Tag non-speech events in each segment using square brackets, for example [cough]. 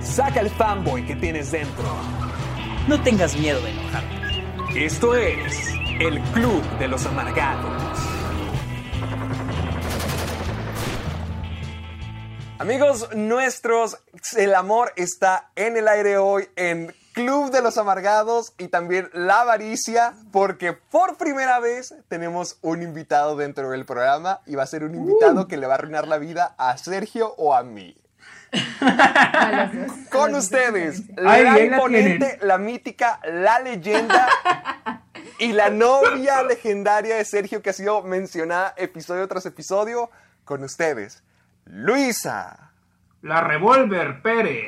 Saca el fanboy que tienes dentro. No tengas miedo de enojarte. Esto es el Club de los Amargados. Amigos nuestros, el amor está en el aire hoy en Club de los Amargados y también la avaricia, porque por primera vez tenemos un invitado dentro del programa y va a ser un Uh. invitado que le va a arruinar la vida a Sergio o a mí. Con ustedes, la Ay, ahí gran la ponente, tienen. la mítica, la leyenda y la novia legendaria de Sergio que ha sido mencionada episodio tras episodio. Con ustedes, Luisa. La Revolver [laughs] Pérez.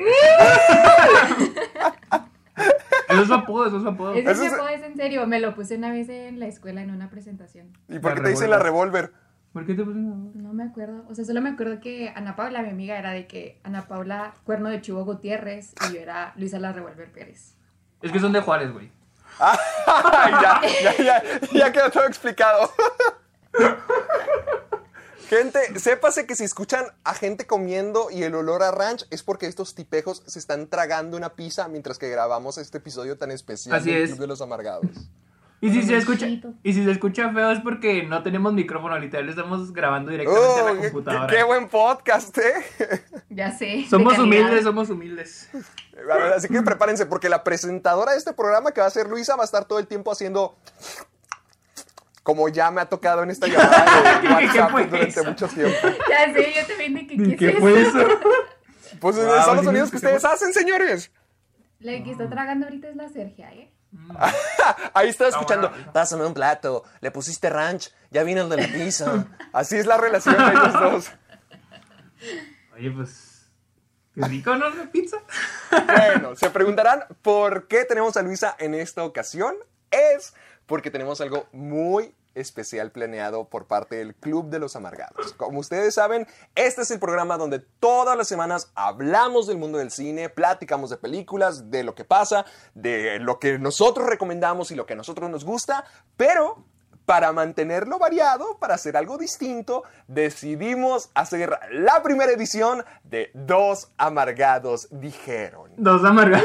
eso es su apodo, eso es su apodo. Ese Eso Eso es- es en serio, me lo puse una vez en la escuela en una presentación. ¿Y por La qué te dicen la revólver? ¿Por qué te pones No me acuerdo, o sea, solo me acuerdo que Ana Paula, mi amiga, era de que Ana Paula Cuerno de Chivo Gutiérrez y yo era Luisa La Revolver Pérez. Es que son de Juárez, güey. Ay, ya, ya, ya, ya quedó todo explicado. Gente, sépase que si escuchan a gente comiendo y el olor a ranch es porque estos tipejos se están tragando una pizza mientras que grabamos este episodio tan especial Así del es. Club de los Amargados. Y si, Ay, se escucha, chiquito. y si se escucha feo es porque no tenemos micrófono, literal, estamos grabando directamente Oh, a la qué- qué, computadora. qué buen podcast, ¿eh? Ya sé. de somos calidad. humildes, somos humildes. A ver, Así que prepárense, porque la presentadora de este programa, que va a ser Luisa, va a estar todo el tiempo haciendo. Como ya me ha tocado en esta llamada de [laughs] ¿Qué- qué WhatsApp fue durante eso? mucho tiempo. [laughs] Ya sé, yo también de que ¿qué, ¿Qué es fue eso? eso? Pues Wow, son los sí, sonidos sí, que sí. ustedes hacen, señores. La que está tragando ahorita es la Sergia, ¿eh? Ah, Ahí está escuchando. bueno, bueno. Pásame un plato, le pusiste ranch, ya vino el de la pizza. Así es la relación de ellos dos. Oye, pues. Qué rico, ¿no? La pizza. Bueno, se preguntarán por qué tenemos a Luisa en esta ocasión. Es porque tenemos algo muy especial planeado por parte del Club de los Amargados. Como ustedes saben, este es el programa donde todas las semanas hablamos del mundo del cine, platicamos de películas, de lo que pasa, de lo que nosotros recomendamos y lo que a nosotros nos gusta, pero para mantenerlo variado, para hacer algo distinto, decidimos hacer la primera edición de Dos Amargados Dijeron. [laughs] Dos [laughs] amargados.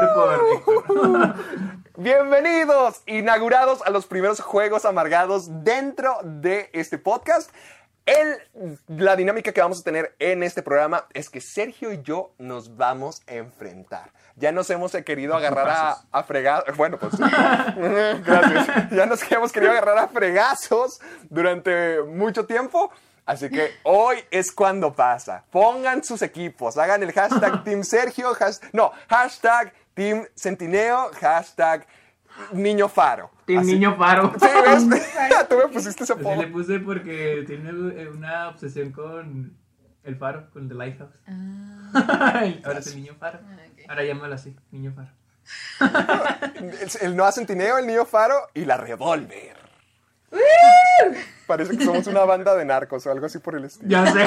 Nombre correcto. [laughs] Bienvenidos, inaugurados a los primeros juegos amargados dentro de este podcast. El- la dinámica que vamos a tener en este programa es que Sergio y yo nos vamos a enfrentar. Ya nos hemos querido agarrar a, a fregazos. Bueno, pues. sí. Gracias. Ya nos hemos querido agarrar a fregazos durante mucho tiempo. Así que hoy es cuando pasa. Pongan sus equipos, hagan el hashtag Team Sergio, has- no, hashtag Team Centineo, hashtag Niño Faro. Team Así- Niño Faro. Sí, ¿ves? [laughs] Tú me pusiste ese Así le apodo. puse porque tiene eh, una obsesión con el faro, con The Lighthouse. Ah. Ahora es [laughs] el niño faro. Ahora llámalo así, niño faro. El, el Noah Centineo, el Niño Faro y la Revolver. Parece que somos una banda de narcos o algo así por el estilo. Ya sé.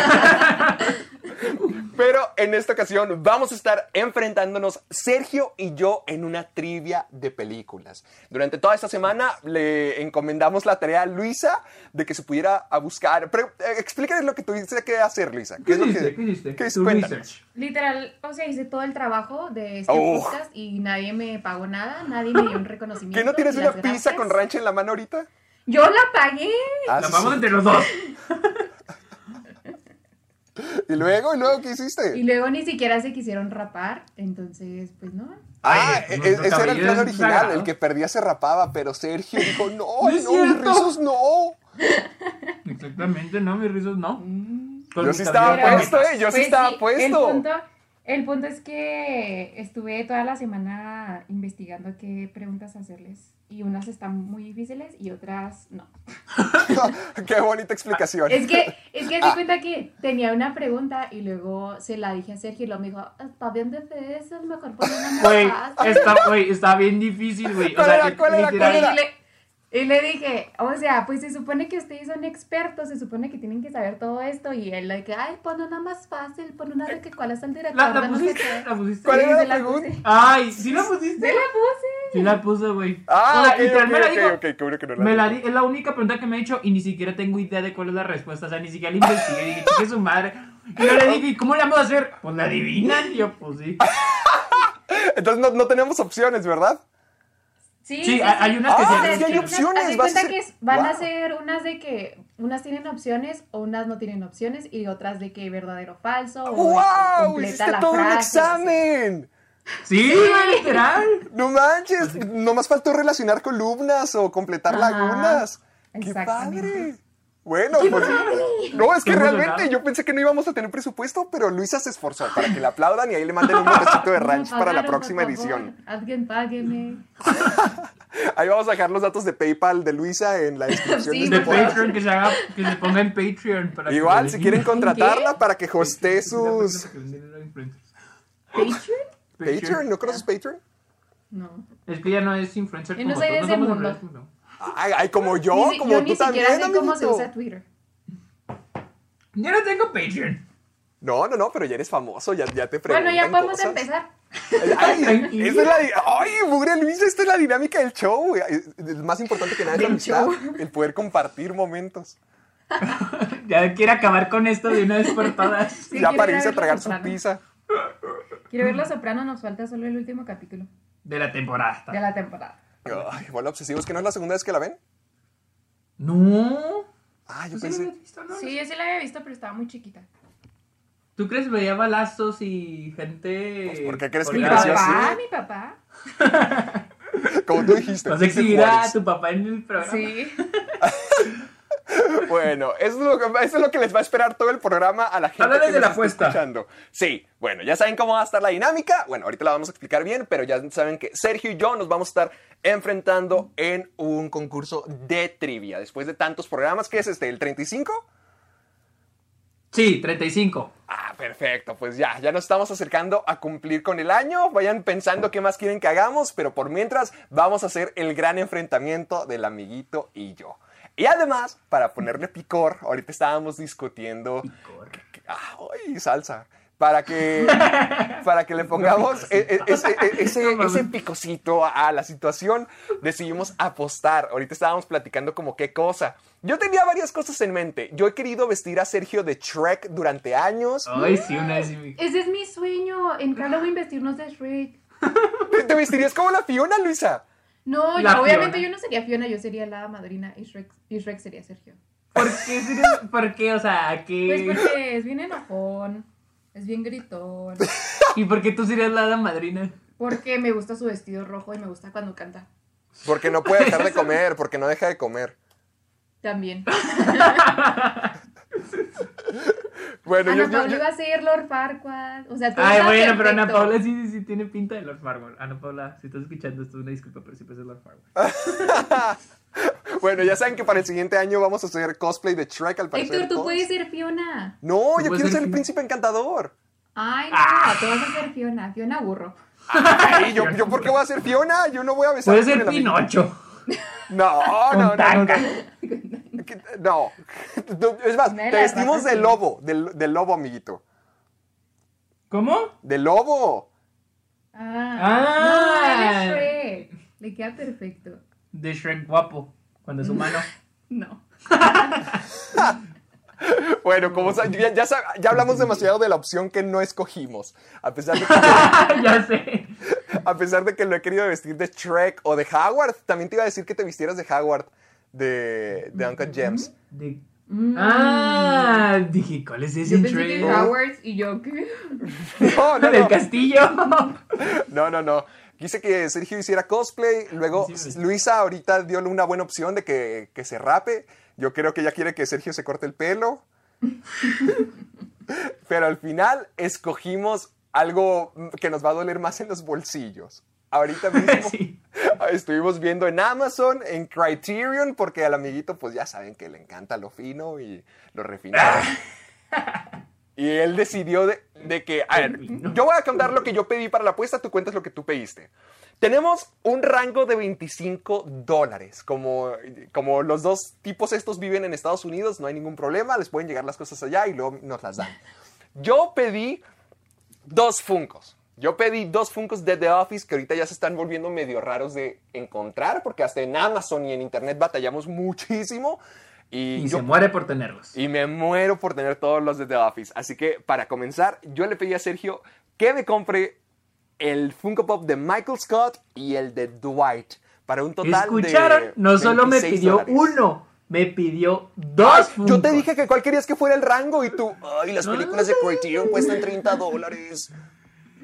Pero en esta ocasión vamos a estar enfrentándonos Sergio y yo en una trivia de películas. Durante toda esta semana le encomendamos la tarea a Luisa de que se pudiera a buscar. Pero eh, explícales lo que tuviste que hacer, Luisa. [laughs] ¿Qué es lo hiciste? que- ¿Qué hiciste? qué es? Tu Cuéntanos. research. Literal, o sea, hice todo el trabajo de este Oh. podcast y nadie me pagó nada, nadie me [laughs] dio un reconocimiento. ¿Qué no tienes y una las pizza gracias. con rancho en la mano ahorita? Yo la pagué. Ah, La sí, vamos sí. entre los [laughs] dos. ¿Y luego? ¿Y luego qué hiciste? Y luego ni siquiera se quisieron rapar, entonces, pues no. Ah, Ay, e- nuestro ese era el cabello plan es original, sagrado. el que perdía se rapaba, pero Sergio dijo, no, No es no, mis cierto. rizos no. [laughs] Exactamente, no, mis rizos no. Con Yo mis sí estaba Mm. cabellos- puesto, eh, yo sí Pues estaba sí, El puesto. punto, El punto es que estuve toda la semana investigando qué preguntas hacerles. Y unas están muy difíciles y otras no. Qué bonita explicación. Es que, es que Ah. di cuenta que tenía una pregunta y luego se la dije a Sergio y luego me dijo, está bien de fe, eso es mejor poner una Güey, más". está, güey, está bien difícil, güey. O ¿Cuál sea, era? ¿Cuál era? literal, ¿Cuál era? [laughs] Y le, y le dije, o sea, pues se supone que ustedes son expertos, se supone que tienen que saber todo esto. Y él, like, ay, pon una más fácil, pon una de que cuál es el director La, la de no sé pusiste, qué. la pusiste. ¿Cuál Sí, era se la la puse. pregunta? Ay, ¿sí la pusiste? ¡Me la puse! Sí la puso, güey. O Ah, sea, ok, literal, ok, me la ok, dijo. ok, qué bueno que no la Me la dijo. di- es la única pregunta que me ha hecho y ni siquiera tengo idea de cuál es la respuesta. O sea, ni siquiera la investigué. Dije, chique su madre. Y yo le digo, ¿y cómo la vamos a hacer? Pues la adivinan. Y yo, pues sí. Entonces no, no tenemos opciones, ¿verdad? Sí, Sí, hay- hay Ah, unas que O sí sea, hay es opciones. que unas- haz de Opciones, vas a cuenta ser- que es- van a wow. ser unas de que unas tienen opciones o unas no tienen opciones y otras de que verdadero o falso. o de que ¡Wow! completa Hiciste la todo un frase, examen. Sí, [laughs] güey, literal. No Pues manches, nomás faltó relacionar columnas o completar Ajá, lagunas. ¡Qué exactamente. padre! Bueno, pues, no, es que Qué realmente emocionado. yo pensé que no íbamos a tener presupuesto, pero Luisa se esforzó para que le aplaudan y ahí le manden un botecito de así. ranch para la Pagaron, por próxima favor, edición. Alguien págueme. [laughs] Ahí vamos a dejar los datos de PayPal de Luisa en la descripción Sí, de De este por favor. podcast. Patreon, que se, haga, que se ponga en Patreon. Para que Igual, le si pues, digan. quieren contratarla para que hostee sus... Que le den a los influencers. ¿Patreon? ¿Patreon? ¿No conoces Patreon? No. Es que ya no es influencer Yo como no soy tú, de ese somos mundo. influencers como tú. Ay, ay, como yo, Ni si- como yo tú ni también, siquiera sé cómo se amiguito. usa Twitter. Yo no tengo Patreon. No, no, no, pero ya eres famoso, ya, ya te preguntan Bueno, ya podemos cosas. empezar. [laughs] Ay, Ay, esta es la di- ay, Mugre Luisa, esta es la dinámica del show. güey. Es- es Más importante que nada es la Del amistad, show. el poder compartir momentos. [laughs] Ya quiere acabar con esto de una vez por todas. Sí, ya quiero para ir a irse a ver Los tragar su Soprano. pizza. Quiero ver Los Soprano, nos falta solo el último capítulo De la temporada. de la temporada. Ay, bueno, obsesivos, que no es la segunda vez que la ven. No. Ah, yo ¿Tú sí lo [laughs] pensé. habías visto, no? Sí, yo sí la había visto, pero estaba muy chiquita. ¿Tú crees que veía balazos y gente. Pues, ¿por qué crees que Mi colgada? creció así? papá, mi papá. Como tú dijiste. Vas a Vicente exhibir a Juárez. tu papá en el programa. Sí. Bueno, eso es, lo que, eso es lo que les va a esperar todo el programa a la gente Háblales que de nos la está apuesta. escuchando. Sí, bueno, ya saben cómo va a estar la dinámica. Bueno, ahorita la vamos a explicar bien, pero ya saben que Sergio y yo nos vamos a estar enfrentando en un concurso de trivia. Después de tantos programas, ¿qué es este? ¿El 35? Sí, 35. Ah, perfecto, pues ya, ya nos estamos acercando a cumplir con el año. Vayan pensando qué más quieren que hagamos, pero por mientras vamos a hacer el gran enfrentamiento del amiguito y yo. Y además, para ponerle picor, ahorita estábamos discutiendo. que- que- ¡Ay, salsa! Para que, para que le pongamos e- e- ese, e- ese- ese picocito a la situación, decidimos apostar. Ahorita estábamos platicando como qué cosa. Yo tenía varias cosas en mente. Yo he querido vestir a Sergio de Shrek durante años. Ay, sí, una vez. sí me- [laughs] Ese es mi sueño, en Halloween vestirnos de Shrek. ¿Te, te vestirías como la Fiona, Luisa? No, La yo- obviamente Fiona. yo no sería Fiona, yo sería la madrina y Shrek, y Shrek sería Sergio. ¿Por qué? serías- ¿Por qué? O sea, Pues ¿qué? porque es bien enojón, es bien gritón, ¿Y por qué tú serías la hada madrina? porque me gusta su vestido rojo y me gusta cuando canta Porque no puede dejar de comer, porque no deja de comer. también. Bueno, yo, Ana yo, Paula yo- iba a ser Lord Farquaad, o sea, todo Ay, estaba bueno, pero Ana perfecto. Paula sí, sí, sí tiene pinta de Lord Farwell. Ana Paula, si estás escuchando esto, una disculpa, pero siempre es Lord Farwell. Ah, [laughs] bueno, ya saben que para el siguiente año vamos a hacer cosplay de Shrek al parecer. Héctor, tú todos. puedes ser Fiona. No, yo puedes quiero ser ser el Fiona. príncipe encantador. Ay, no, tú vas a ser Fiona, Fiona burro. Ay, yo, yo ¿por qué voy a ser Fiona? Yo no voy a besar. Puede con ser el amigo. Pinocho. No, Con no, no, no. tanga. ¿Qué- No. [laughs] No, Es más, Me te la vestimos de rajaste. lobo, del, del lobo, amiguito. ¿Cómo? De lobo. Ah, Ah. no, él es Shrek. Le queda perfecto. De Shrek guapo, cuando es humano. No. Bueno, como sa- ya, ya sa- ya hablamos demasiado de la opción que no escogimos. A pesar de que [laughs] ya sé. A pesar de que lo he querido vestir de Shrek o de Howard, también te iba a decir que te vistieras de Howard, de, de Uncle James. De... Ah, dije, ¿cuál es ese Yo pensé que Shrek? Howard y yo ¿qué? No, no, Del no, castillo. no, no, no. Quise que Sergio hiciera cosplay, luego Sí, sí. Luisa ahorita dio una buena opción de que, que se rape. Yo creo que ella quiere que Sergio [laughs] se corte el pelo. Pero al final escogimos algo que nos va a doler más en los bolsillos. [laughs] Ahorita mismo Sí. estuvimos viendo en Amazon, en Criterion, porque al amiguito, pues ya saben que le encanta lo fino y lo [laughs] refinado. y él decidió de, de que, a ver, yo voy a contar lo que yo pedí para la apuesta, tú cuentas lo que tú pediste. Tenemos un rango de 25 dólares. Como, como los dos tipos estos viven en Estados Unidos, no hay ningún problema, les pueden llegar las cosas allá y luego nos las dan. Yo pedí dos Funcos. Yo pedí dos Funcos de The Office que ahorita ya se están volviendo medio raros de encontrar porque hasta en Amazon y en Internet batallamos muchísimo. Y, [laughs] Y yo- se muere por tenerlos. y me muero por tener todos los de The Office. Así que para comenzar, yo le pedí a Sergio que me compre el Funko Pop de Michael Scott y el de Dwight. Para un total ¿Escucharon? de. no solo me 26 pidió dólares. uno, me pidió Ay, dos. Yo te Funkos. dije que cuál querías que fuera el rango y tú. Ay, las No, películas de no, no, Criterion no. cuestan 30 dólares.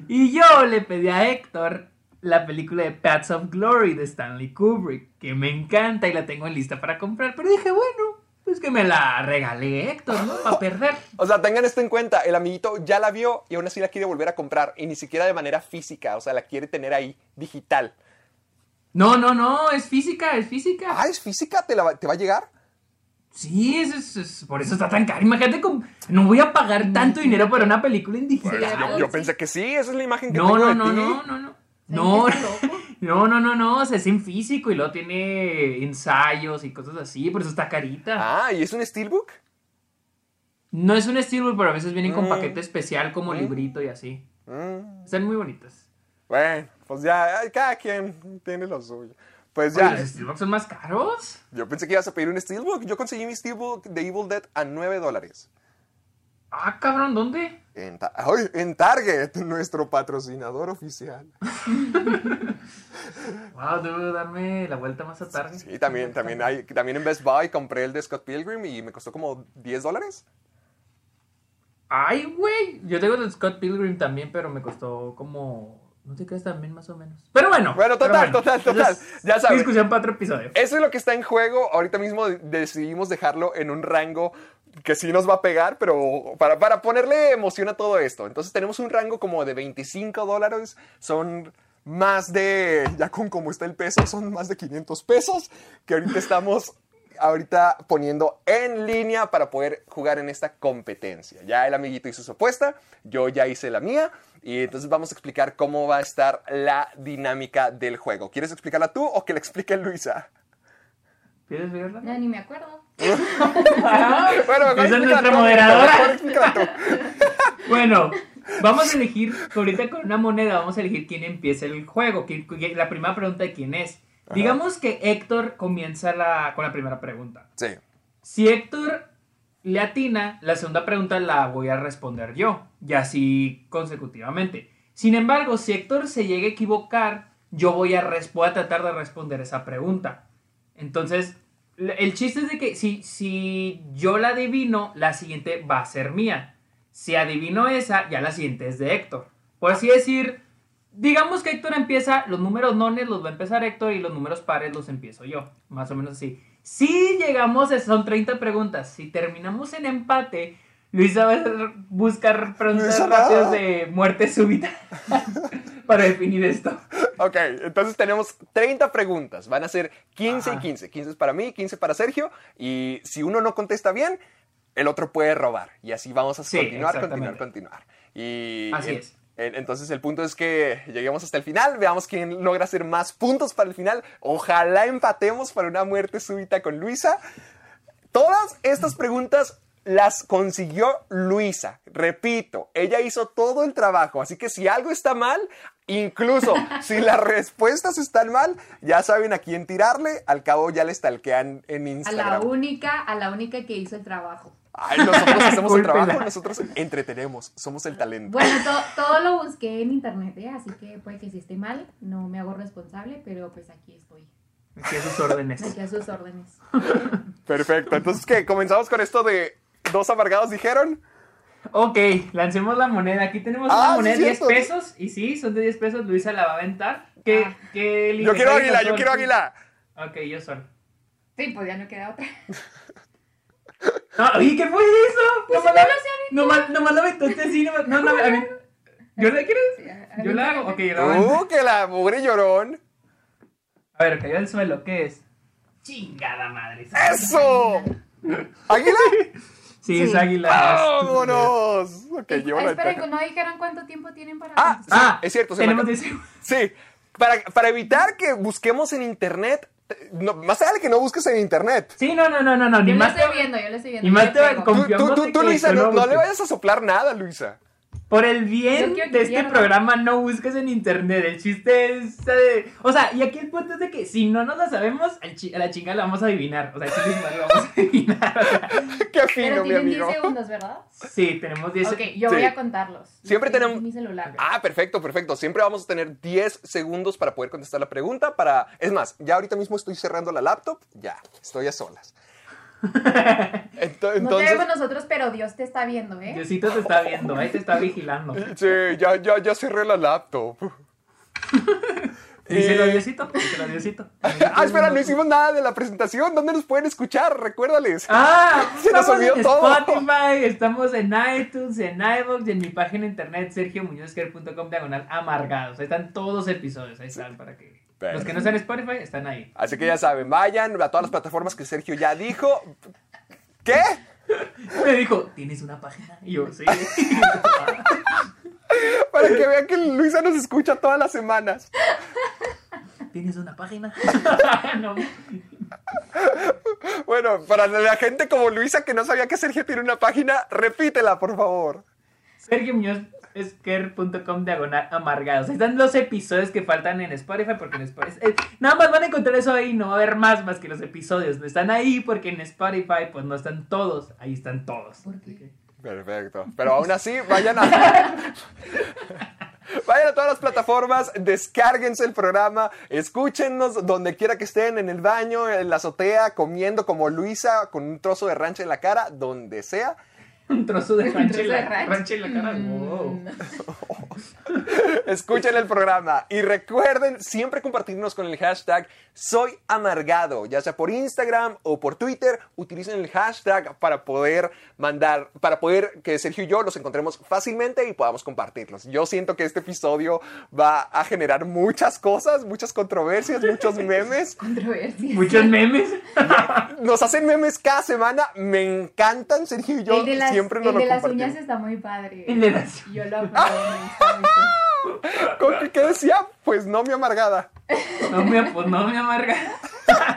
Y yo le pedí a Héctor la película de Paths of Glory de Stanley Kubrick, que me encanta y la tengo en lista para comprar. Pero dije, bueno, pues que me la regalé Héctor, ¿no? Para perder. O sea, tengan esto en cuenta, el amiguito ya la vio y aún así la quiere volver a comprar y ni siquiera de manera física, o sea, la quiere tener ahí, digital. No, no, no, es física, es física. Ah, ¿es física? ¿Te, la va- te va a llegar? Sí, es, es- es- por eso está tan caro. Imagínate, com- no voy a pagar tanto dinero para una película en digital. Yo, yo pensé que sí, esa es la imagen que No, tengo no, de no, ti. no, no, no. No, está loco? no, no, no, no, o sea, es en físico y luego tiene ensayos y cosas así, por eso está carita. Ah, ¿y es un steelbook? No es un steelbook, pero a veces vienen Mm. con paquete especial como librito y así. Están muy bonitas. Bueno, pues ya, ay, cada quien tiene lo suyo. Pues Oye, ya, ¿Los steelbooks son más caros? yo pensé que ibas a pedir un steelbook. Yo conseguí mi steelbook de Evil Dead a 9 dólares. Ah, cabrón, ¿dónde? En, Ta- ¡Ay! en Target, [laughs] nuestro patrocinador oficial. Wow, debo darme la vuelta más a tarde. Sí, también, también, hay, también en Best Buy compré el de Scott Pilgrim y me costó como 10 dólares. Ay, güey. Yo tengo el Scott Pilgrim también, pero me costó como. No te creas también, más o menos. Pero bueno. Bueno, pero total, total, total. Entonces, Ya Eh. saben. Discusión para otro episodio. Eso es lo que está en juego. Ahorita mismo de- decidimos dejarlo en un rango que sí nos va a pegar, pero para, para ponerle emoción a todo esto. Entonces tenemos un rango como de 25 dólares. Son más de, ya con cómo está el peso, son más de 500 pesos que ahorita estamos ahorita poniendo en línea para poder jugar en esta competencia. Ya el amiguito hizo su apuesta, yo ya hice la mía. Y entonces vamos a explicar cómo va a estar la dinámica del juego. ¿Quieres explicarla tú o que la explique Luisa? ¿Quieres verla? No, ni me acuerdo. Bueno, mejor Esa es explícala nuestra tú, mejor moderadora. explícala tú. Bueno, vamos a elegir, ahorita con una moneda, vamos a elegir quién empieza el juego. quién- quién- la primera pregunta de quién es. Digamos que Héctor comienza la, con la primera pregunta. Sí. Si Héctor le atina, la segunda pregunta la voy a responder yo, y así consecutivamente. Sin embargo, si Héctor se llega a equivocar, yo voy a, res- voy a tratar de responder esa pregunta. Entonces, l- el chiste es de que si, si yo la adivino, la siguiente va a ser mía. Si adivino esa, ya la siguiente es de Héctor. Por así decir, digamos que Héctor empieza, los números nones los va a empezar Héctor y los números pares los empiezo yo. Más o menos así. Si llegamos, a- son 30 preguntas. Si terminamos en empate, Luisa va a hacer- buscar preguntas Luisa, rápidas no. de muerte súbita [laughs] para definir esto. Ok, entonces tenemos 30 preguntas. Van a ser 15 y Ajá. 15. 15 es para mí, 15 para Sergio. Y si uno no contesta bien, el otro puede robar. Y así vamos a Sí, continuar, continuar, exactamente. continuar. Y Así en- es. en- entonces el punto es que lleguemos hasta el final, veamos quién logra hacer más puntos para el final. Ojalá empatemos para una muerte súbita con Luisa. Todas estas preguntas las consiguió Luisa. Repito, ella hizo todo el trabajo, así que si algo está mal, [laughs] incluso si las respuestas están mal, ya saben a quién tirarle. Al cabo ya les talquean en A la Instagram. única, a la única que hizo el trabajo. Ay, [laughs] nosotros hacemos el Cúlpela. trabajo, nosotros entretenemos, somos el talento. Bueno, to- [laughs] todo lo busqué en internet, ¿eh? así que puede que si esté mal, no me hago responsable, pero pues aquí estoy. Aquí a sus órdenes. Aquí a sus órdenes. Perfecto. Entonces, ¿qué? Comenzamos con esto de dos amargados dijeron. Ok, lancemos la moneda. Aquí tenemos Ah, sí, una moneda de 10 cierto. pesos. Y sí, son de 10 pesos. Luisa la va a aventar. ¿Qué, Ah. qué Yo quiero liberales águila, yo son? quiero águila. Ok, yo sol. Sí, pues ya no [laughs] queda otra. No, Ah, ¿Y qué fue eso? Pues nomás, si no la, lo sé nomás, nomás la aventaste así. Nomás, no, no, a mí- ¿Yo la quieres? a- a Yo mí la hago. Ok, también. la van. ¡Uh, que la mugre llorón! A ver, cayó al suelo. ¿Qué es? Chingada madre. [laughs] ¡Eso! ¿Águila? Sí, es Sí. águila. ¡Vámonos! Ok, Eh, yo la esperen, ataco. no dijeron cuánto tiempo tienen para. Ah, contestar. Ah, es cierto, se me Tenemos acaba- 10 segundos. Sí, para, para evitar que busquemos en internet, te- no, más allá de que no busques en internet. Sí, no, no, no, no, no. Ni yo lo más estoy te- viendo, yo lo estoy viendo. Y más yo te va- pego. con- Tú, tú, Confiamos tú, en tú, que- Luisa, que no, no no le busques. vayas a soplar nada, Luisa. [laughs] Por el Yo bien quiero que de este pierda. programa, no busques en internet. El chiste es. eh, o sea, y aquí el punto es de que si no nos la sabemos, al chi- a la chingada la vamos a adivinar. O sea, al chile la vamos a [laughs] adivinar. o Qué Pero fino, mi tienen 10 amigo. segundos, ¿verdad? sea, sí, tenemos 10 Ok, yo Sí. voy a contarlos. Siempre Mi- tenemos- Mi celular. Ah, perfecto, perfecto. Siempre vamos a tener 10 segundos para poder contestar la pregunta. Para... Es más, ya ahorita mismo estoy cerrando la laptop. Ya, estoy a [laughs] solas. Ento- no te Entonces, vemos nosotros, pero Dios te está viendo, ¿eh? Diosito te está viendo, ahí te está vigilando. sí, ya, ya, ya cerré la laptop. Díselo, Eh. Diosito. Díselo, Diosito. [laughs] Ah, espera, no hicimos nada de la presentación. ¿Dónde nos pueden escuchar? Recuérdales. ¡Ah! [laughs] Se nos estamos olvidó en todo. Spotify, estamos en iTunes, en iVoox y en mi página de internet sergiomuñozquer.com diagonal amargados. Ahí están todos los episodios, ahí están para que... Los que no sean Spotify están ahí. Así que ya saben, vayan a todas las plataformas que Sergio ya dijo. ¿Qué? Me dijo, ¿tienes una página? Y yo, sí. [laughs] Para que vean que Luisa nos escucha todas las semanas. ¿Tienes una página? [laughs] no. Bueno, para la gente como Luisa que no sabía que Sergio tiene una página, repítela, por favor. Sergio Muñoz diagonal amargados. Ahí Están los episodios que faltan en Spotify porque en Spotify eh, nada más van a encontrar eso ahí, no va a haber más más que los episodios. No están ahí porque en Spotify pues no están todos, ahí están todos. Así que- Perfecto. Pero aún así, vayan a. [laughs] Vayan a todas las plataformas, descárguense el programa, escúchenos donde quiera que estén, en el baño, en la azotea, comiendo como Luisa, con un trozo de rancho en la cara, donde sea. Un trozo [laughs] de rancho en trozo de Mm. la, rancho. rancho en la cara. wow. Escuchen el programa y recuerden siempre compartirnos con el hashtag Soy Amargado, ya sea por Instagram o por Twitter. Utilicen el hashtag para poder mandar, para poder que Sergio y yo los encontremos fácilmente y podamos compartirlos. Yo siento que este episodio va a generar muchas cosas, muchas controversias, muchos [laughs] memes. Controversia. Muchos memes. Nos hacen memes cada semana, me encantan Sergio y yo, el de las, siempre nos el lo de las compartimos. uñas está muy padre. El de las- [laughs] Yo lo apoyo. honestamente. [laughs] ¿Con qué- ¿Qué decía? Pues no, mi amargada. No me, pues, no me amarga.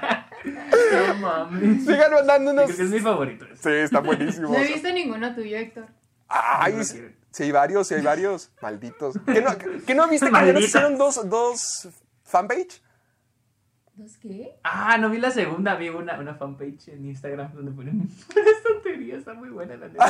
[laughs] no mames. Sigan mandándonos. Creo que es mi favorito. ese. Sí, está buenísimo. No he visto ninguno tuyo, Héctor. Ay, No sí, quieren. sí hay varios, sí hay varios. Malditos. ¿Qué no, que no viste que ya nos Malditos. hicieron dos, dos fanpage? ¿Dos qué? Ah, no vi la segunda, vi una, una fanpage en Instagram donde ponen [laughs] unas tonterías, está muy buena la neta.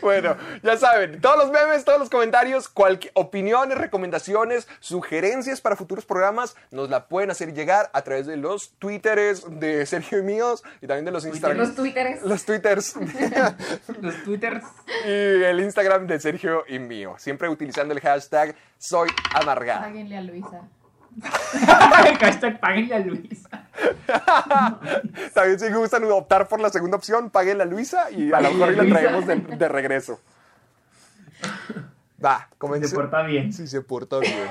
Bueno, ya saben, todos los memes, todos los comentarios, cualquier opiniones, recomendaciones, sugerencias para futuros programas, nos la pueden hacer llegar a través de los twitteres de Sergio y míos y también de los Instagram. Los twitteres. Los [laughs] twitters Los twitters. y el Instagram de Sergio y mío. Siempre utilizando el hashtag soy amargado. Páguenle a Luisa. [laughs] Hashtag páguenle a Luisa. También si gustan optar por la segunda opción, paguen la Luisa y a lo mejor y la Luisa. traemos de, de regreso. Va, Se comencemos. porta bien. Si se porta bien.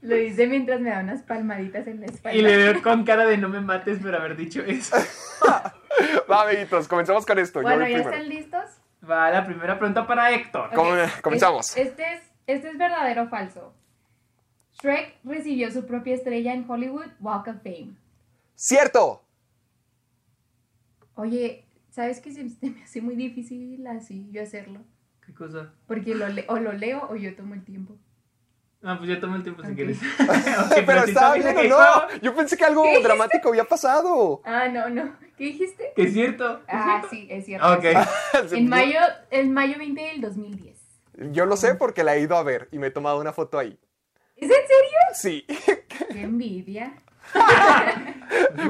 Lo hice mientras me da unas palmaditas en la espalda. Y le veo con cara de no me mates por haber dicho eso. [laughs] Va, amiguitos, comencemos con esto. Bueno, Yo voy ¿ya primero. están listos? Va, la primera pregunta para Héctor. Com- Ok, comenzamos. es- Este es, este es verdadero o falso. Shrek recibió su propia estrella en Hollywood Walk of Fame. ¡Cierto! Oye, ¿sabes que se se me hace muy difícil así yo hacerlo? ¿Qué cosa? Porque lo le- o lo leo o yo tomo el tiempo. Ah, pues yo tomo el tiempo si Ok. [laughs] quieres. Ok, Pero sí estaba sabía bien o que- no. Yo pensé que algo ¿Qué dijiste? dramático había pasado. Ah, no, no. ¿Qué dijiste? Que es cierto. Ah, sí, es cierto. Ok. [laughs] En mayo, en mayo 20 del 2010. Yo lo sé porque la he ido a ver y me he tomado una foto ahí. ¿Es en serio? Sí. [laughs] ¡Qué envidia!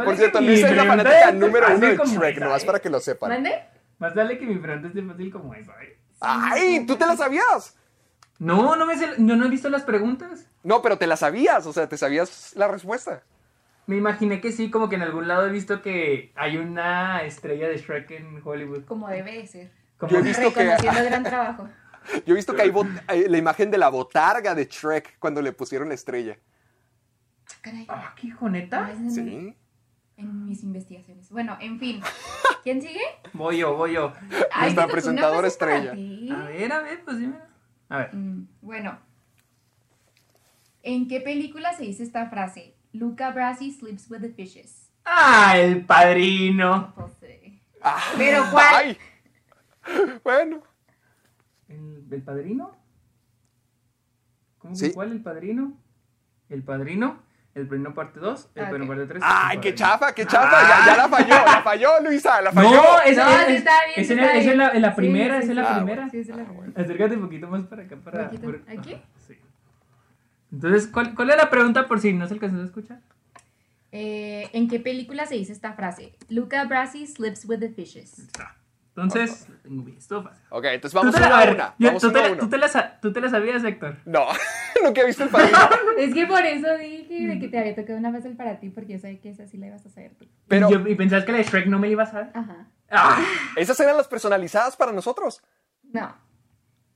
Por cierto, Y Luisa es la pregunta fanática es número uno de fácil como Shrek, esa, nomás ¿eh? para que lo sepan. ¿Mande? Más dale que mi pregunta esté fácil como esa, ¿eh? ¡Ay! ¿Tú te la sabías? No, no me sé- no, no he visto las preguntas. No, pero te la sabías, o sea, te sabías la respuesta. Me imaginé que sí, como que en algún lado he visto que hay una estrella de Shrek en Hollywood. Como debe de ser. Como Yo he visto que [laughs] Reconociendo gran trabajo. Ah, Yo he visto que hay bot- eh, la imagen de la botarga de Shrek cuando le pusieron la estrella. Caray. Ah, ¿qué hijo, neta? Ah, es en, Sí. en mis investigaciones. Bueno, en fin. ¿Quién sigue? Voy yo, voy yo. Nuestra Ay, siento que una presentadora vez es para estrella. ti. A ver, a ver, pues dime. A ver. Mm, Bueno, ¿en qué película se dice esta frase? Luca Brasi sleeps with the fishes. Ah, el padrino. Pues, eh, Ah, Pero, ¿cuál? ay. Bueno, ¿El, el padrino? ¿Cómo que Sí. cuál? ¿El padrino? ¿El padrino? ¿El padrino parte 2? ¿El Ah, padrino ok. parte 3? ay, qué chafa, qué chafa. Ya, ya la falló, la falló, Luisa, la falló. No, es, No, es- sí es- está bien, es sí en está la- es en bien. la, en la Sí, primera, sí, es en sí. la Ah, primera. sí, es de la primera. Acércate un poquito más para acá. Para, Poquito. ¿Aquí? Ajá, Sí. Entonces, ¿cuál, ¿cuál es la pregunta por si no se alcanzó a escuchar? Eh, ¿En qué película se dice esta frase? Luca Brasi sleeps with the fishes. Está. Entonces, la tengo bien, estuvo fácil. Ok, entonces vamos Tú te la- uno a a ver, una. yo- Vamos tú, uno te a la, uno. tú te la sa- tú te la sabías, Héctor. No, [laughs] nunca he visto el padrino. [laughs] Es que por eso dije de que te había tocado una fácil para ti, porque yo sabía que esa sí la ibas a saber tú. Pero Y, yo- y pensabas que la de Shrek no me la iba a saber. Ajá. Ah, esas eran las personalizadas para nosotros. No.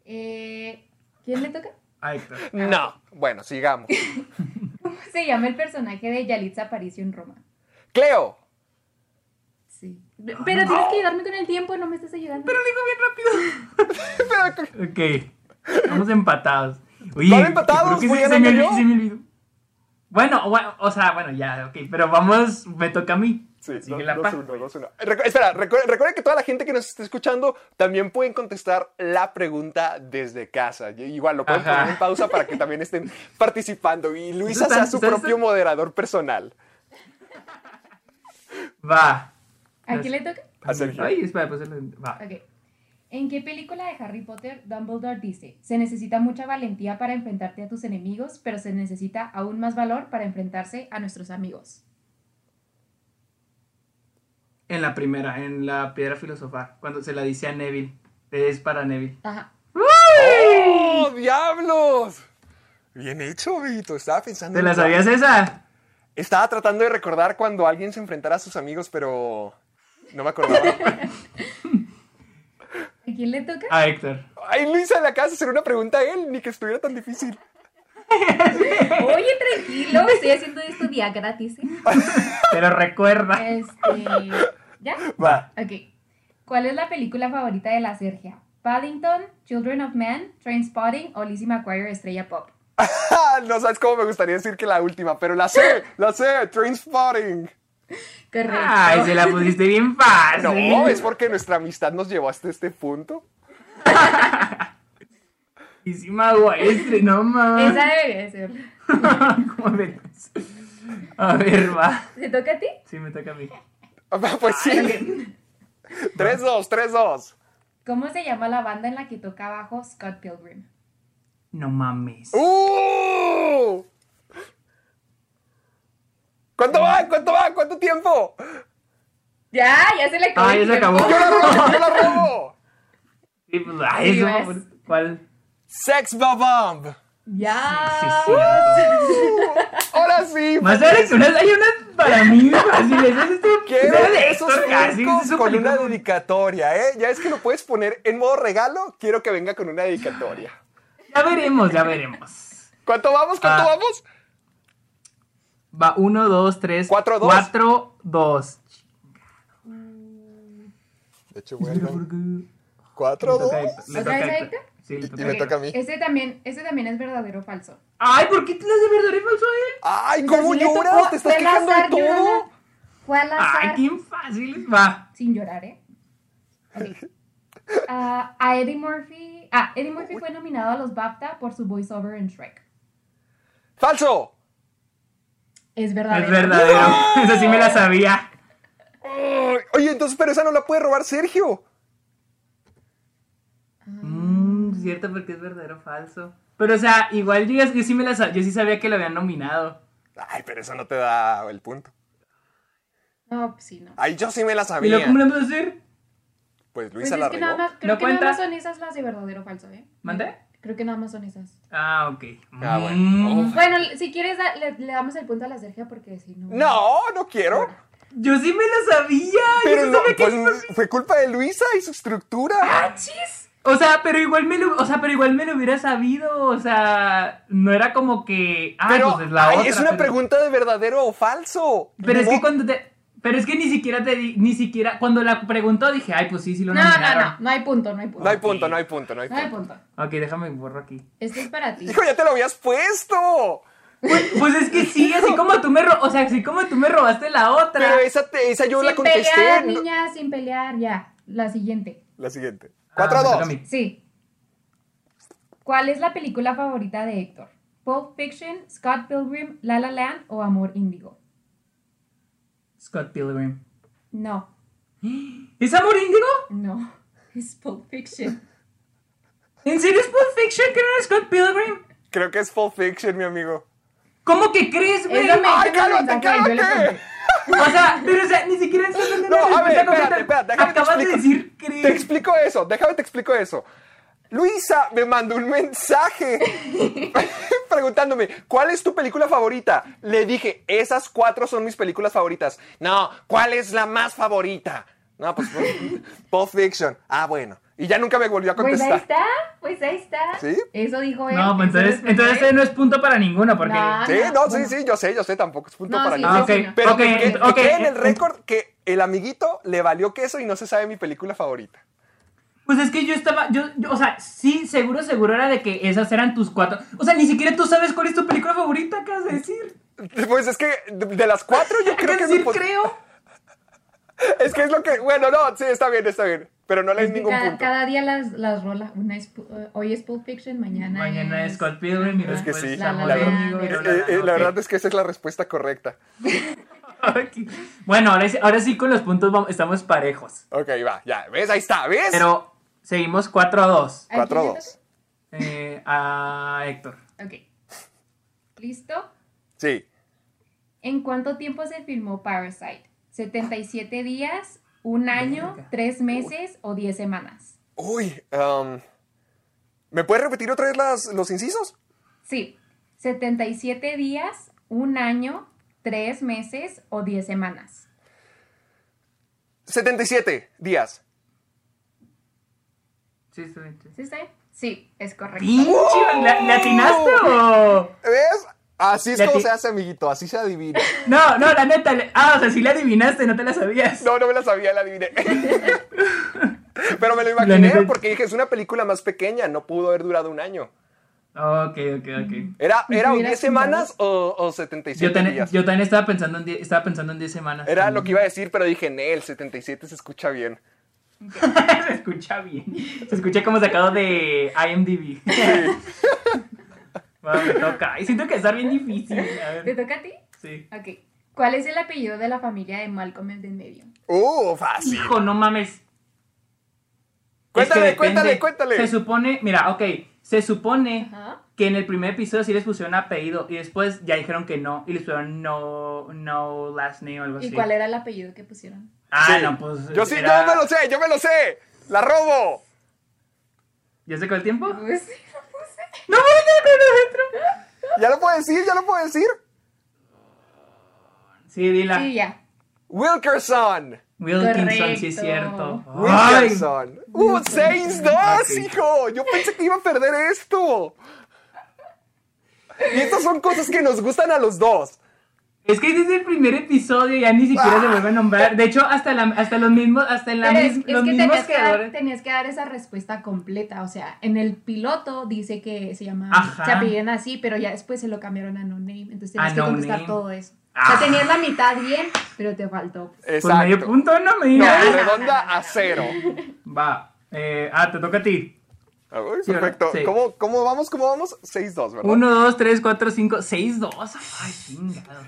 Eh, ¿Quién le toca? [laughs] a Héctor. No. Bueno, sigamos. ¿Cómo se llama el personaje de Yalitza Aparicio en Roma? Cleo. Sí. Ah. Pero tienes que ayudarme con el tiempo, no me estás ayudando. Pero lo digo bien rápido. Pero, [laughs] Ok, estamos empatados. Oye, ¿Van empatados? creo que Voy se, se me ganando olvidó, yo. se me olvidó. Bueno, bueno, o sea, bueno, ya, ok, pero vamos, me toca a mí. Sí, Así do- que la dos, pa- uno, dos, uno. Recu- espera, recu- recuerden que toda la gente que nos está escuchando también pueden contestar la pregunta desde casa. Y- Igual lo pueden Ajá. poner en pausa para que también estén participando. Y Luisa Entonces, sea su ¿sabes propio qué? moderador personal. Va. ¿A quién le toca? A Sergio. Ay, espera, pues va. Ok. ¿En qué película de Harry Potter Dumbledore dice, se necesita mucha valentía para enfrentarte a tus enemigos, pero se necesita aún más valor para enfrentarse a nuestros amigos? En la primera, en la piedra filosofal, cuando se la dice a Neville, es para Neville. Ajá. ¡Oh, diablos! Bien hecho, Vito. Estaba pensando. ¿Te la en- sabías esa? Estaba tratando de recordar cuando alguien se enfrentara a sus amigos, pero no me acordaba. ¿A quién le toca? A Héctor. Ay, Luisa, le acabas de hacer una pregunta a él, ni que estuviera tan difícil. Oye, tranquilo, estoy haciendo esto día gratis. ¿eh? Pero recuerda. Este, ¿Ya? Va. Ok. ¿Cuál es la película favorita de la Sergia? ¿Paddington, Children of Men, Trainspotting o Lizzie McGuire Estrella Pop? Ah, no sabes cómo me gustaría decir que la última, pero la sé, la sé, Trainspotting. Correcto. Ay, [laughs] se la pusiste bien fácil. No, es porque nuestra amistad nos llevó hasta este punto. Y si maestre, no [laughs] mames. Esa debería ser. [laughs] ¿Cómo me ves? A ver, va. ¿Se toca a ti? Sí, me toca a mí. Pues sí. [laughs] 3-2, 3-2. ¿Cómo se llama la banda en la que toca bajo Scott Pilgrim? No mames. ¡Uh! ¿Cuánto va? ¿Cuánto va? ¿Cuánto tiempo? Ya, ya se le acabó. Ah, ya el se acabó. tiempo. ¡Yo la robo! ¡Yo la robo! Sí, pues, ay, eso, ves. por- ¿Cuál? Sex Bomb. Ya. Sí, cierto. Ahora sí. Más allá que unas, hay unas para mí [laughs] fáciles. Esas están- ¿Qué? esas de Esos Héctor casi, cinco esas con una películas. dedicatoria, ¿eh? Ya es que lo puedes poner en modo regalo. Quiero que venga con una dedicatoria. Ya veremos, ya veremos. ¿Cuánto vamos? ¿Cuánto Ah. vamos? Va 1, 2, 3, Cuatro, dos. 4, 2. De hecho, bueno. 4, 2. ¿Otra vez a Héctor? Sí, le toca Y a me Héctor. toca a mí. Ese también, ese también es verdadero o falso. Ay, ¿por qué te las de verdadero y falso a él? ¡Ay, cómo Así le lloras! tocó, ¿Te estás fue al quejando de azar, yo no todo? la- Fue al Ay, azar. qué fácil. Va. Sin llorar, ¿eh? Ok. Ah, a Eddie Murphy. Ah, Eddie Murphy fue nominado a los BAFTA por su voiceover en Shrek. ¡Falso! Es verdadero. Es verdadero. [laughs] Esa sí me la sabía. Ay, Oye, entonces, pero esa no la puede robar Sergio. Mm, cierto, porque es verdadero o falso. Pero, o sea, igual yo, yo sí me la sa- yo sí sabía que lo habían nominado. Ay, pero eso no te da el punto. No, pues sí, no. Ay, yo sí me la ¿Y sabía. lo cómo le vamos a decir? Pues Pues Luisa es la que regó. nada más, creo ¿No que nada más cuenta? son esas las de verdadero o falso, ¿eh? ¿Mandé? Creo que nada más son esas. Ah, ok. Ah, bueno. Mm. Bueno, si quieres, da- le, le damos el punto a la Sergia porque si no. No, no quiero. Yo sí me Ah, la sabía. Pero pues, yo sí no, sabía que pues, fue culpa de Luisa y su estructura. ¡Achis! O sea, pero igual me lo, o sea, pero igual me lo hubiera sabido, o sea, no era como que, ah, Pero pues es la ay, otra. es una pero- pregunta de verdadero o falso. Pero es que Mo- cuando te, pero es que ni siquiera te, di- ni siquiera cuando la preguntó dije, ay, pues sí, sí lo No, no, nominaron. no, no hay punto, no hay punto. No hay punto, no hay punto, no hay Ah. No hay punto. punto. Ok, déjame borro aquí. Esto es para ti. Hijo, ya te lo habías puesto. Pues, pues es que sí, así como tú me, ro- o sea, así como tú me robaste la otra. Pero esa, te- esa yo la Sin contesté. pelear, no- niña, sin pelear, ya. La siguiente. La siguiente. Ah, 4 me toca a a 2. mí. Sí. ¿Cuál es la película favorita de Héctor? Pulp Fiction, Scott Pilgrim, La La Land o Amor Índigo? Scott Pilgrim. No, ¿Es amor índigo? no. [laughs] Es Pulp Fiction. ¿En serio es Pulp Fiction que no era Scott Pilgrim? Creo que es Full Fiction, mi amigo. ¿Cómo que crees, güey? Eso me ¡Ay, dijo en el cálmate, mensaje, yo le cálmate! conté. O sea, pero o sea, ni siquiera estás dando No, una a ver, respuesta espérate, completa. espérate. Déjame te Acabas de explico. decir Te crees. explico eso, déjame te explico eso. Luisa me mandó un mensaje [laughs] preguntándome, ¿cuál es tu película favorita? Le dije, esas cuatro son mis películas favoritas. No, ¿cuál es la más favorita? No, pues Pulp Fiction. Ah, bueno. Y ya nunca me volvió a Pues ahí contestar. está, pues ahí está. ¿Sí? Eso dijo él. No, pues eso entonces, respondió entonces él. este no es punto para ninguno, porque... Nah. Sí, Ah, no, no, sí, bueno. sí, yo sé, yo sé, tampoco es punto No, para sí, nada. Ah, ok, sí, no. Pero ok, que, que- que ok. quede en el récord que el amiguito le valió queso y no se sabe mi película favorita. Pues es que yo estaba, yo, yo, o sea, sí, seguro, seguro era de que esas eran tus cuatro. O sea, ni siquiera tú sabes cuál es tu película favorita, acabas de decir. Pues es que de, de las cuatro yo creo Acabas que... de me decir pos- creo. Es que es lo que. Bueno, no, sí, está bien, está bien. Pero no le es Es que ningún cada, punto. cada día las, las rola. Una es Pu- eh, hoy es Pulp Fiction, mañana, Mañana es Scott Pilgrim y Ajá. Es que sí, después la, Amor verdad- Índigo y eh, la, eh, la, la, la ok. verdad es que esa es la respuesta correcta. [laughs] Ok. Bueno, ahora, sí- ahora sí con los puntos vamos- estamos parejos. Ok, va, ya. ¿Ves? Ahí está, ¿ves? Pero seguimos 4 a 2 ¿A quién le 4-2. eh, a Héctor. toca? Ok. ¿Listo? Sí. ¿En cuánto tiempo se filmó Parasite? ¿77 días, un año, tres meses o 10 semanas? Uy, um, ¿me puedes repetir otra vez las, los incisos? Sí, 77 días, un año, tres meses o 10 semanas. 77 días. Sí, sí, sí. ¿Sí está bien? Sí, es correcto. ¡Pinche! ¿La, ¿le atinaste o...? ¿Ves? Así es Ya como te- se hace, amiguito. Así se adivina. No, no, la neta. le- Ah, o sea, sí la adivinaste, no te la sabías. No, no me la sabía, la adiviné. [laughs] Pero me lo La imaginé neta- porque dije, es una película más pequeña, no pudo haber durado un año. Ok, ok, ok. ¿Era, era Hubiera 10 sido. semanas o, o 77 Yo también, días? yo también estaba pensando en die- estaba pensando en 10 semanas. Era lo que iba a decir, pero dije, Nel, 77 se escucha bien. [laughs] se escucha bien. Se escucha como sacado de IMDb. Bueno, me toca. Y siento que está bien difícil. A ¿Te ver, toca a ti? sí. Ok. ¿Cuál es el apellido de la familia de Malcolm el del medio? ¡Uh, fácil! Hijo, no mames. Cuéntale, Es que depende. cuéntale, cuéntale. Se supone, mira, ok, se supone Ajá. que en el primer episodio sí les pusieron apellido y después ya dijeron que no y les pusieron no, no last name o algo así. ¿Y cuál era el apellido que pusieron? [laughs] Sí. Ah, no, pues. Yo sí, era- yo me lo sé, yo me lo sé. ¡La robo! ¿Ya se acabó el tiempo? No, Pues sí, lo puse. no, no, no, no, no. ¿Ya lo puedo decir? ¿Ya lo puedo decir? Sí, dila. Sí, ya. Wilkerson. Wilkinson, sí es Correcto. cierto. Ay, Wilkerson. ¡Uh, 6-2, Ok. hijo! Yo pensé que iba a perder esto. Y estas son cosas que nos gustan a los dos. es que desde el primer episodio ya ni siquiera se vuelve a nombrar. De hecho, hasta, la, hasta los mismos, hasta en la Pero es, mis- es los que mismos tenías que, dar, creadores. tenías que dar esa respuesta completa. O sea, en el piloto dice que se llama. Ajá. Se apellían así, pero ya después se lo cambiaron a no name. Entonces tenías A que no contestar name. todo eso. Ah. O sea, tenías la mitad bien, pero te faltó. Pues medio Exacto. punto, no me No, digas. redonda a cero. Va. Eh, ah, te toca a ti. Ah, uy, Sí, ¿verdad? perfecto. Sí. ¿Cómo, ¿Cómo vamos? ¿Cómo vamos? 6-2, ¿verdad? 1, 2, 3, 4, 5, 6, 2. Ay, chingado.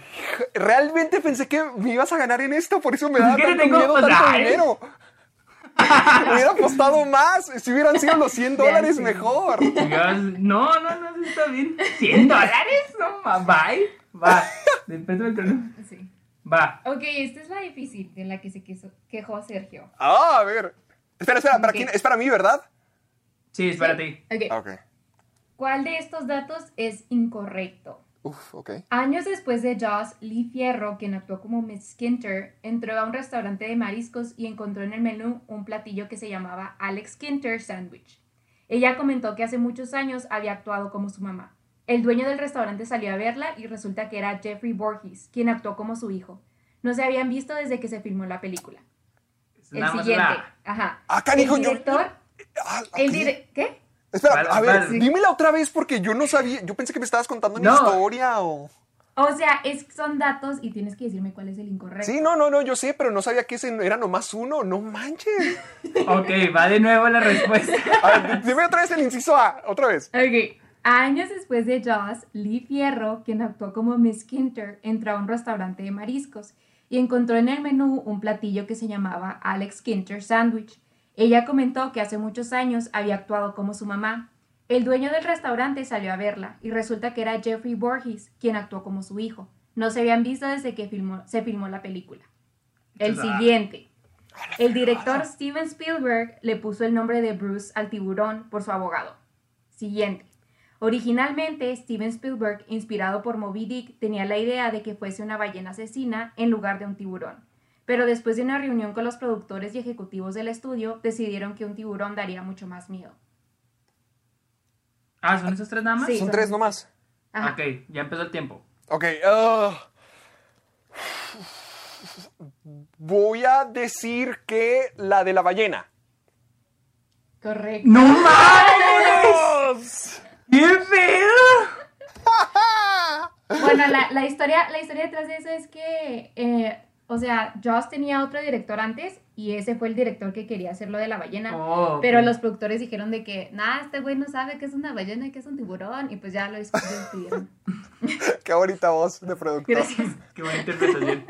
Realmente pensé que me ibas a ganar en esto, por eso me Pues da es que tanto le tengo- miedo, pues, tanto ay. dinero. Hubiera apostado más, si hubieran sido los 100 dólares mejor. Dios, No, no, no, sí está bien. 100 dólares, no, ma- bye. Va. Depende del cronómetro. Sí. Va. Ok, esta es la difícil de la que se quiso- quejó Sergio. Ah, a ver. Espera, espera, ¿para Ok. quién? Es para mí, ¿verdad? Sí, espérate. Ok. Ah, Ok. ¿Cuál de estos datos es incorrecto? Uf, ok. Años después de Jaws, Lee Fierro, quien actuó como Miss Skinter, entró a un restaurante de mariscos y encontró en el menú un platillo que se llamaba Alex Skinter Sandwich. Ella comentó que hace muchos años había actuado como su mamá. El dueño del restaurante salió a verla y resulta que era Jeffrey Borges, quien actuó como su hijo. No se habían visto desde que se filmó la película. Es El nada más siguiente. una- Ajá. Ah, canijo, el yo- director. Ah, El aquí. dire- ¿Qué? Espera, Vale, a ver, vale. Sí. dímela otra vez porque yo no sabía, yo pensé que me estabas contando una No. historia o... O sea, es, son datos y tienes que decirme cuál es el incorrecto. Sí, no, no, no, yo sé, pero no sabía que ese era nomás uno, no manches. Ok, va de nuevo la respuesta. [laughs] A ver, [laughs] dime otra vez el inciso A, otra vez. Ok. Años después de Jaws, Lee Fierro, quien actuó como Miss Kinter, entró a un restaurante de mariscos y encontró en el menú un platillo que se llamaba Alex Kinter Sandwich. Ella comentó que hace muchos años había actuado como su mamá. El dueño del restaurante salió a verla y resulta que era Jeffrey Borges quien actuó como su hijo. No se habían visto desde que filmó- se filmó la película. El Ah. siguiente. El director Steven Spielberg le puso el nombre de Bruce al tiburón por su abogado. Siguiente. Originalmente, Steven Spielberg, inspirado por Moby Dick, tenía la idea de que fuese una ballena asesina en lugar de un tiburón. Pero después de una reunión con los productores y ejecutivos del estudio, decidieron que un tiburón daría mucho más miedo. Ah, ¿son esos tres nada más? Sí. Son tres nomás. Ajá. Ok, ya empezó el tiempo. Ok, ah. voy a decir que la de la ballena. Correcto. ¡No mames! ¡Dios! ¡Qué pedo! Bueno, la, la historia, la historia detrás de eso es que, eh, o sea, Joss tenía otro director antes y ese fue el director que quería hacer lo de la ballena. Oh, ok. Pero los productores dijeron de que, nada, este güey no sabe que es una ballena y que es un tiburón. Y pues ya lo [laughs] despidieron. [laughs] Qué bonita voz de productor. Gracias. Qué buena interpretación.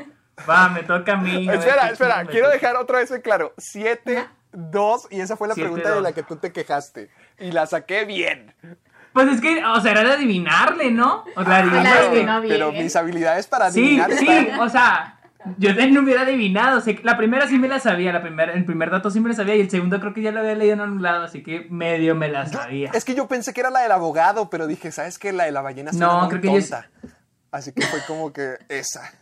Va, me toca a mí. a ver Espera, qué espera, Ah, chingo me quiero toca. dejar otra vez en claro. Siete, dos, y esa fue la Siete, pregunta de dos. la que tú te quejaste. Y la saqué bien. Pues es que, o sea, era de adivinarle, ¿no? O sea, la adivinarle. adivinó bien. Pero mis habilidades para Sí, adivinar sí, están- o sea, yo no hubiera adivinado. o sea, la primera sí me la sabía, la primera, el primer dato sí me la sabía y el segundo creo que ya lo había leído en algún lado, así que medio me la sabía. Es que yo pensé que era la del abogado, pero dije, ¿sabes qué? La de la ballena suena No, muy creo que yo- tonta. Así que fue como que esa.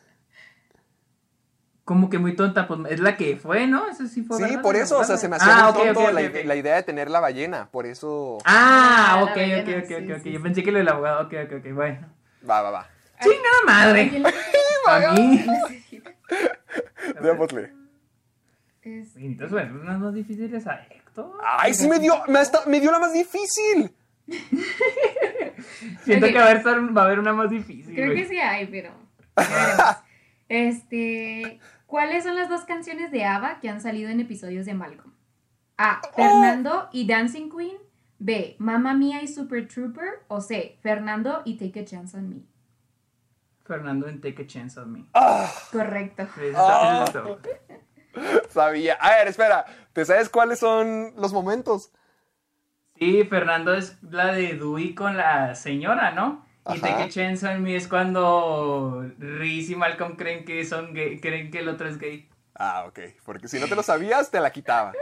Como que muy tonta, pues es la que fue, ¿no? Eso sí fue. Sí, ¿verdad? por No eso, o sea, recuerdo. se me hacía Ah, muy ok, tonto ok, la, ok, ok. la idea de tener la ballena, por eso... Ah, Ah, ok, la ballena, ok, ok, sí, ok, ok. sí, Yo sí. pensé que lo del abogado, ok, ok, ok, bueno. Va, va, va. ¡Chingada madre! [laughs] A mí. Démosle. [laughs] Es- Entonces, bueno, unas más difíciles a Héctor. ¡Ay, sí me dio! Me, hasta- me dio la más difícil. Siento ok. que va a, haber, va a haber una más difícil. Creo güey. que sí hay, pero. ya veremos. Este. ¿Cuáles son las dos canciones de ABBA que han salido en episodios de Malcolm? A. Fernando y Dancing Queen. B. Mamma Mía y Super Trooper. O C. Fernando y Take a Chance on Me. Fernando en Take a Chance on Ah. Me. Correcto. Sí, eso está- eso está- Sabía. A ver, espera. ¿Te sabes cuáles son los momentos? Sí, Fernando es la de Dewey con la señora, ¿no? Y Ajá. Take a Chance on Me es cuando Reese y Malcolm creen que son gay, creen que el otro es gay. Ah, ok. Porque si no [laughs] te lo sabías, te la quitaba.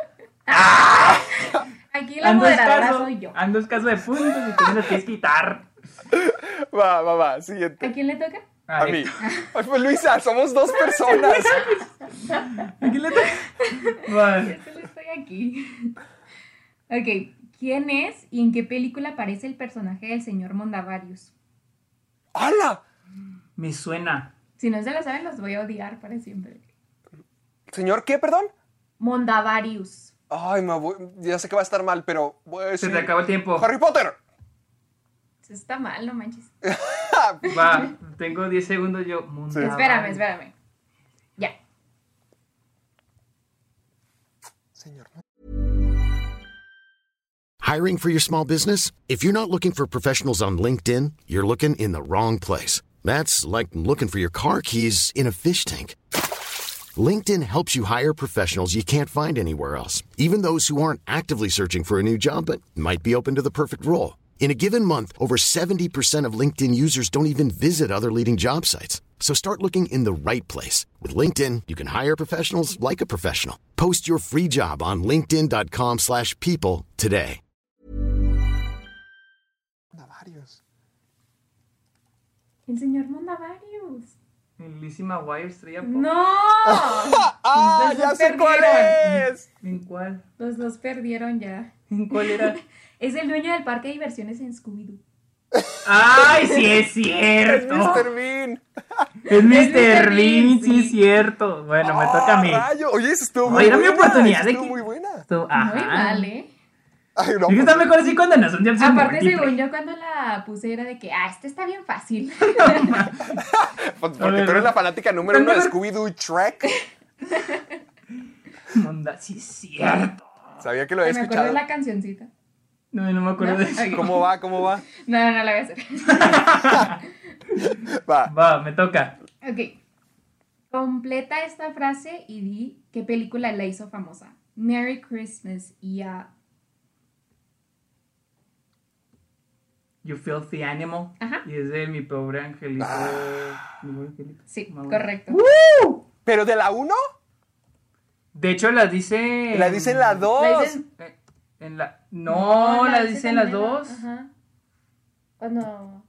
Aquí la Ando moderadora escaso, soy yo. ando escaso de puntos y tú me lo tienes que quitar. Va, va, va. Siguiente. ¿A quién le toca? A [laughs] mí. Ay, pues, Luisa, somos dos personas. Aquí le toca. Vale. Yo estoy aquí. [laughs] Ok. ¿Quién es y en qué película aparece el personaje del señor Mondavarius? [laughs] ¡Hala! Me suena. Si no se lo saben, los voy a odiar para siempre. ¿Señor qué, perdón? Mondavarius. Ay, me voy- ya sé que va a estar mal, pero voy a Se decir- te acabó el tiempo. ¡Harry Potter! Eso está mal, no manches. Va, tengo 10 segundos yo. Mundo espérame, vale. espérame. Ya. Señor, Hiring for your small business? If you're not looking for professionals on LinkedIn, you're looking in the wrong place. That's like looking for your car keys in a fish tank. LinkedIn helps you hire professionals you can't find anywhere else, even those who aren't actively searching for a new job but might be open to the perfect role. In a given month, over 70% of LinkedIn users don't even visit other leading job sites. So start looking in the right place. With LinkedIn, you can hire professionals like a professional. Post your free job on linkedin.com/people slash people today. Navarios. El señor Mondavarius. Lizzie Wire estrella pop. ¡No! ¡Ah, Los ya dos sé cuál perdieron. es! ¿En cuál? Los dos perdieron ya. ¿En cuál era? [laughs] Es el dueño del parque de diversiones en Scooby-Doo. ¡Ay, sí es Es cierto! Mr. Bean. Es Mr. Mr. Bean, Bean, sí sí. es cierto. Bueno, me toca [laughs] a mí. ¡Ah, rayo! Oye, eso estuvo Oye, muy era mi buena, oportunidad eso de estuvo que- muy buena. Tú- ajá. Muy mal, ¿eh? Ay, no, pues, Es que está mejor así cuando no son de opción Aparte, múltiple. según yo, cuando la puse era de que, ah, esta está bien fácil. pues, A porque ver, tú eres no. la fanática número uno de Mejor- Scooby-Doo y Shrek. [laughs] Onda, sí es cierto. Sabía que lo Me había acuerdo de escuchado. la cancioncita. No, no me acuerdo de eso. Ay, ¿Cómo va? ¿Cómo va? No, no, no la voy a hacer. [laughs] Va. [laughs] Va, me toca. ok. Completa esta frase y di qué película la hizo famosa. Merry Christmas y a... You filthy animal. Ajá. Y es de mi pobre angelito. Mi pobre angelito. Sí, Mamá. correcto. ¿Pero de la uno? De hecho, las dice. La dicen la La dos. dicen- Eh, En la... No, las dicen las también, dos. Ajá. Cuando...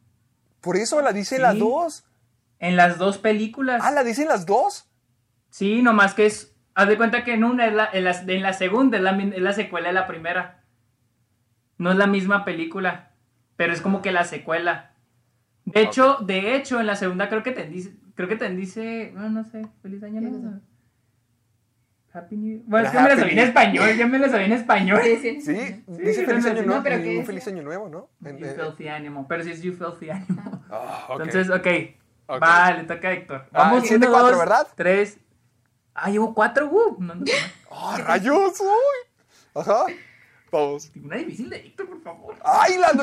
Por eso la dicen las Sí. dos. En las dos películas. Ah, la dicen las dos. Sí, nomás que es. Haz de cuenta que en una es la, en la, en la segunda, es la, min- es la secuela de la primera. No es la misma película, pero es como que la secuela. De hecho, de hecho, en la segunda creo que te dice, creo que te dice, no, no sé, feliz año nuevo. Happy New Year. Bueno, es que me la Happy sabía en New- español, ya me la sabía en español. Sí, sí. Sí, dice sí, feliz sí, año sí. nuevo. No, pero y ¿qué un feliz año nuevo, ¿no? En- eh, You en- filthy animal, pero sí es you filthy animal. Ah, ok. Entonces, ok, Ok. vale, toca a Héctor. Ah, Vamos, siete, uno, cuatro, dos, ¿verdad? tres. Ah, llevo cuatro, uh, no, no, no. ¡Ah, rayos! ¡Uy! Ajá. Vamos. Una difícil de Héctor, por favor. Ah, ¡Ay! Las,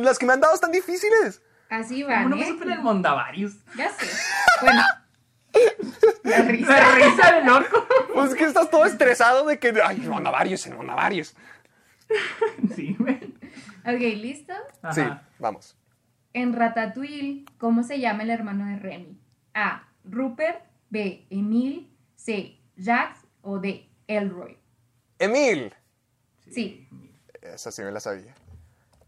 las que me han dado están difíciles. Así ¿Cómo van, no me ¿eh? supe en el Mondavarius? Ya sé. Bueno. La risa. La risa de loco. Pues que estás todo estresado de que. ¡Ay, monavarios en monavarios! [laughs] Sí, güey. Ok, ¿listo? Ajá. Sí, vamos. En Ratatouille, ¿cómo se llama el hermano de Remy? A. Rupert. B. Emil. C. Jax. O D. Elroy. Emil. Sí. Esa sí me la sabía.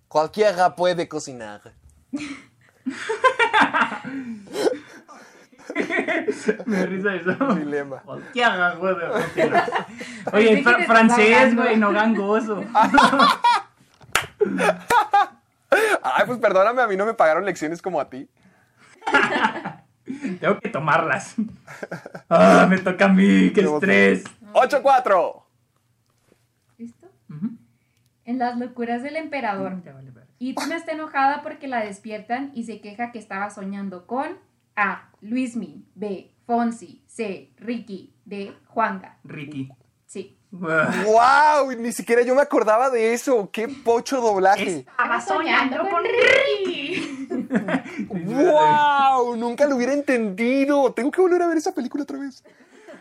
Cualquiera puede cocinar. Me da risa eso. Dilema. ¿Qué hagas, güey? Oye, que fr- te francés, estaba güey, no gangoso. Ah. Ay, pues perdóname, a mí no me pagaron lecciones como a ti. Tengo que tomarlas. Ah, me toca a mí, qué Luego tú. estrés. 8-4. ¿Listo? En las locuras del emperador. Ya vale, verga. Itma está enojada porque la despiertan y se queja que estaba soñando con A. Luismi. B. Fonsi. C. Ricky. D. Juanga. Ricky. Sí. Uah. ¡Wow! Ni siquiera yo me acordaba de eso. ¡Qué pocho doblaje! Estaba soñando con Ricky. ¡Wow! Nunca lo hubiera entendido. Tengo que volver a ver esa película otra vez.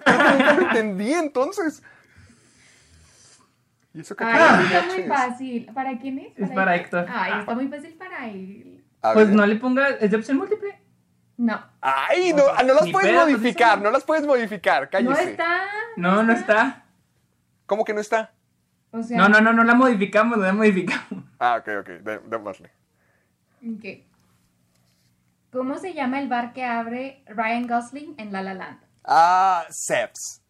Creo que nunca lo entendí entonces. Y eso que Ay, acabo de eso está ver, muy chis. fácil. ¿Para quién es? Es para él? Héctor. Ay, está muy fácil para él. A Pues ver. no le pongas. ¿Es de opción múltiple? No. Ay, no, ah, no las Ni puedes pedo, pues, modificar, eso no las puedes modificar, No cállese. está. No, Ah. no está. ¿Cómo que no está? O sea, No, no, no, no la modificamos, no la modificamos. Ah, ok, ok, de- démosle. ok. ¿Cómo se llama el bar que abre Ryan Gosling en La La Land? Ah, Seps.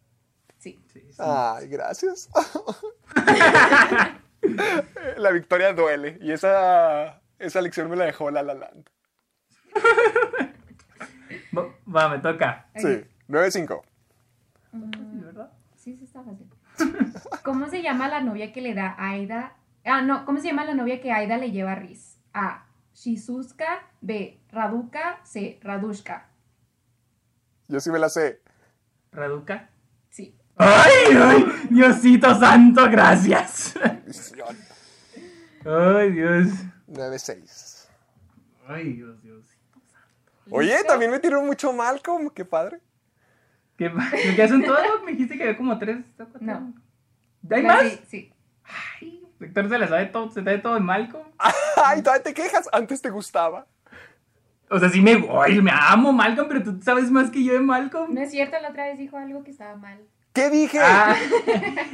Sí. Ay, [laughs] gracias. la victoria duele y esa, esa lección me la dejó La La Land. Va- Va, me toca. Sí, 9-5. ¿Verdad? Sí, sí está fácil. ¿Cómo se llama la novia que le da Aida? Ah, no, ¿cómo se llama la novia que Aida le lleva a Riz? A. Shizuska. B. Raduka. C. Radushka. Yo sí me la sé. ¿Raduca? Sí. ¡Ay, ay! Diosito santo, gracias. ¡Ay, Dios! 9-6. ¡Ay, Dios, Dios! Oye, también me tiró mucho Malcolm, qué padre. [laughs] ¿Qué pa- ¿Lo que hacen todos? Me dijiste que había como tres. o cuatro. No. ¿Ya hay más? Sí, sí. Héctor se la sabe todo, se sabe todo de Malcolm. Ay, todavía te quejas, antes te gustaba. O sea, sí me voy, me amo Malcolm, pero tú sabes más que yo de Malcolm. No es cierto, la otra vez dijo algo que estaba mal. ¿Qué dije? [laughs] Ah,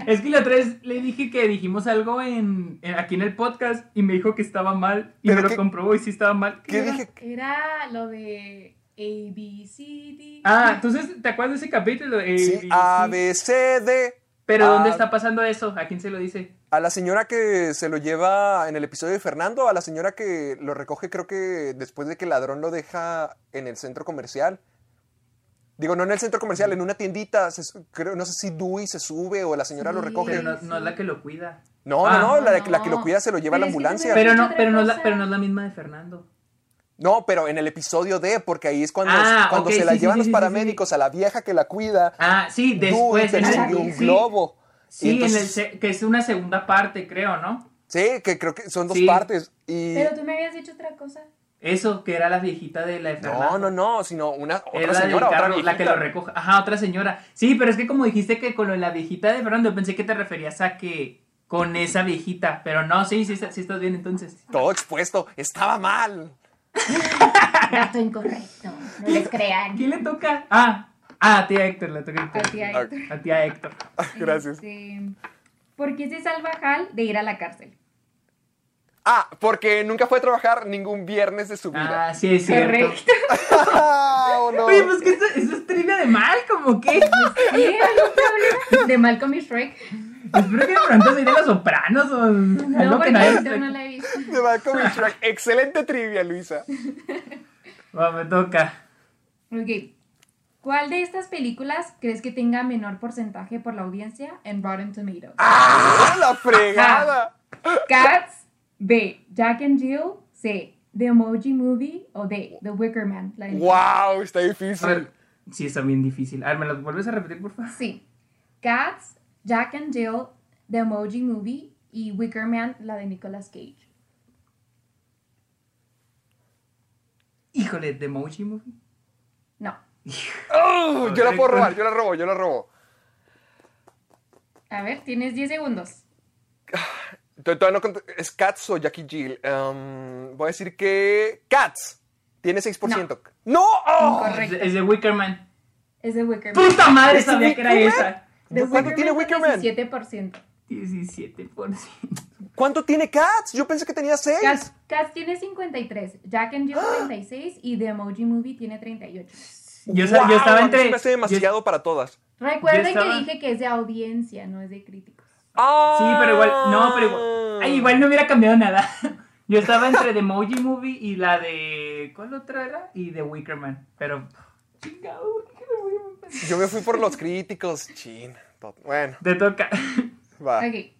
es que la otra vez le dije que dijimos algo en, en- aquí en el podcast y me dijo que estaba mal y ¿Pero me lo qué- comprobó y sí estaba mal. ¿Qué era? dije? Era lo de A, B, C, D. Ah, entonces, ¿te acuerdas de ese capítulo? Eh, Sí, sí. A, B, C, D. Pero ¿dónde Ah. está pasando eso? ¿A quién se lo dice? A la señora que se lo lleva en el episodio de Fernando, a la señora que lo recoge creo que después de que el ladrón lo deja en el centro comercial. Digo, no en el centro comercial, en una tiendita, se su- creo, no sé si Dewey se sube o la señora lo Sí. recoge. Pero no, No, no es la que lo cuida. no, Ah. no, la, de- la que lo cuida se lo lleva a la Pero es que ambulancia. también- Pero no, otra pero no, es la, cosa. pero no es la misma de Fernando. No, pero en el episodio de, porque ahí es cuando, Ah, cuando ok, se la sí, sí, llevan sí, los sí, sí, paramédicos a la vieja que la cuida. Ah, sí, después. Dewey en persigue el- un sí, globo. Sí, Y en el entonces- se- que es una segunda parte, creo, ¿no? Sí, que creo que son dos Sí. partes. Y Pero tú me habías dicho otra cosa. Eso, que era la viejita de la de Fernando. no, no, no, sino una otra Era la, del señora, otra carro, la que viejita. lo recoge. Ajá, otra señora. Sí, pero es que como dijiste que con lo de la viejita de Fernando, yo pensé que te referías a que con esa viejita. Pero no, sí, sí, está- sí estás bien entonces. Todo expuesto, estaba mal. Dato incorrecto. No les crean. ¿Quién le toca? Ah, ah, a tía Héctor, le toca a A Héctor. ti, a Héctor. A [laughs] tía Héctor. Gracias. Este, ¿Por qué se salva Hal de ir a la cárcel? Ah, porque nunca fue a trabajar ningún viernes de su vida. Ah, sí, es cierto. Correcto. [laughs] Ah, ¿o no? Oye, pues que eso, eso es trivia de mal, como que. Pues, ¿Sí? ¿Hay un problema? De Malcolm y Shrek. Espero pues, que de pronto soy de los sopranos o Ah, No, algo que porque no haya- yo no la he visto. pues, De Malcolm [laughs] y Shrek. Excelente trivia, Luisa. Va, me toca. Ok. ¿Cuál de estas películas crees que tenga menor porcentaje por la audiencia en Rotten Tomatoes? ¡Ah! ¡La [laughs] fregada! Cats. B. Jack and Jill. C. The Emoji Movie. O D. The Wicker Man. La del- ¡Wow! Está A ver, difícil. sí, está bien difícil. A ver, ¿me lo vuelves a repetir, por favor? Sí. Cats. Jack and Jill. The Emoji Movie. Y Wicker Man. La de Nicolas Cage. Híjole, The Mochi Movie. No. ¡Oh! Yo la puedo robar, yo la robo, yo la robo. A ver, tienes 10 segundos. Tod- Todavía no cont- ¿Es Cats o Jackie Jill? Em, voy a decir que. ¡Cats! Tiene 6%. ¡No! ¡Oh! Es, Correcto. es de Wickerman. Es The Wicker Man. ¡Puta madre! ¿Es de Sabía que era Wicker Man? esa. The ¿Cuánto tiene Wicker Man? 17%. 17%. ¿Cuánto tiene Cats? Yo pensé que tenía 6. [laughs] Cats, Cats tiene 53, Jack and Jill 36 y The Emoji Movie tiene 38. Yo, sa- yo estaba entre. Me hace yo- demasiado para todas. Recuerden Yo estaba- que dije que es de audiencia, no es de críticos. Sí, pero igual. No, pero igual. Ay, igual no hubiera cambiado nada. [laughs] Yo estaba entre The Moji Movie y la de. ¿Cuál otra era? Y The Wickerman. Pero. Chingado, ¿por qué The Wicker Man? Yo me fui por los críticos. Chin. Tot- Bueno, Te toca. [laughs] va. Ok.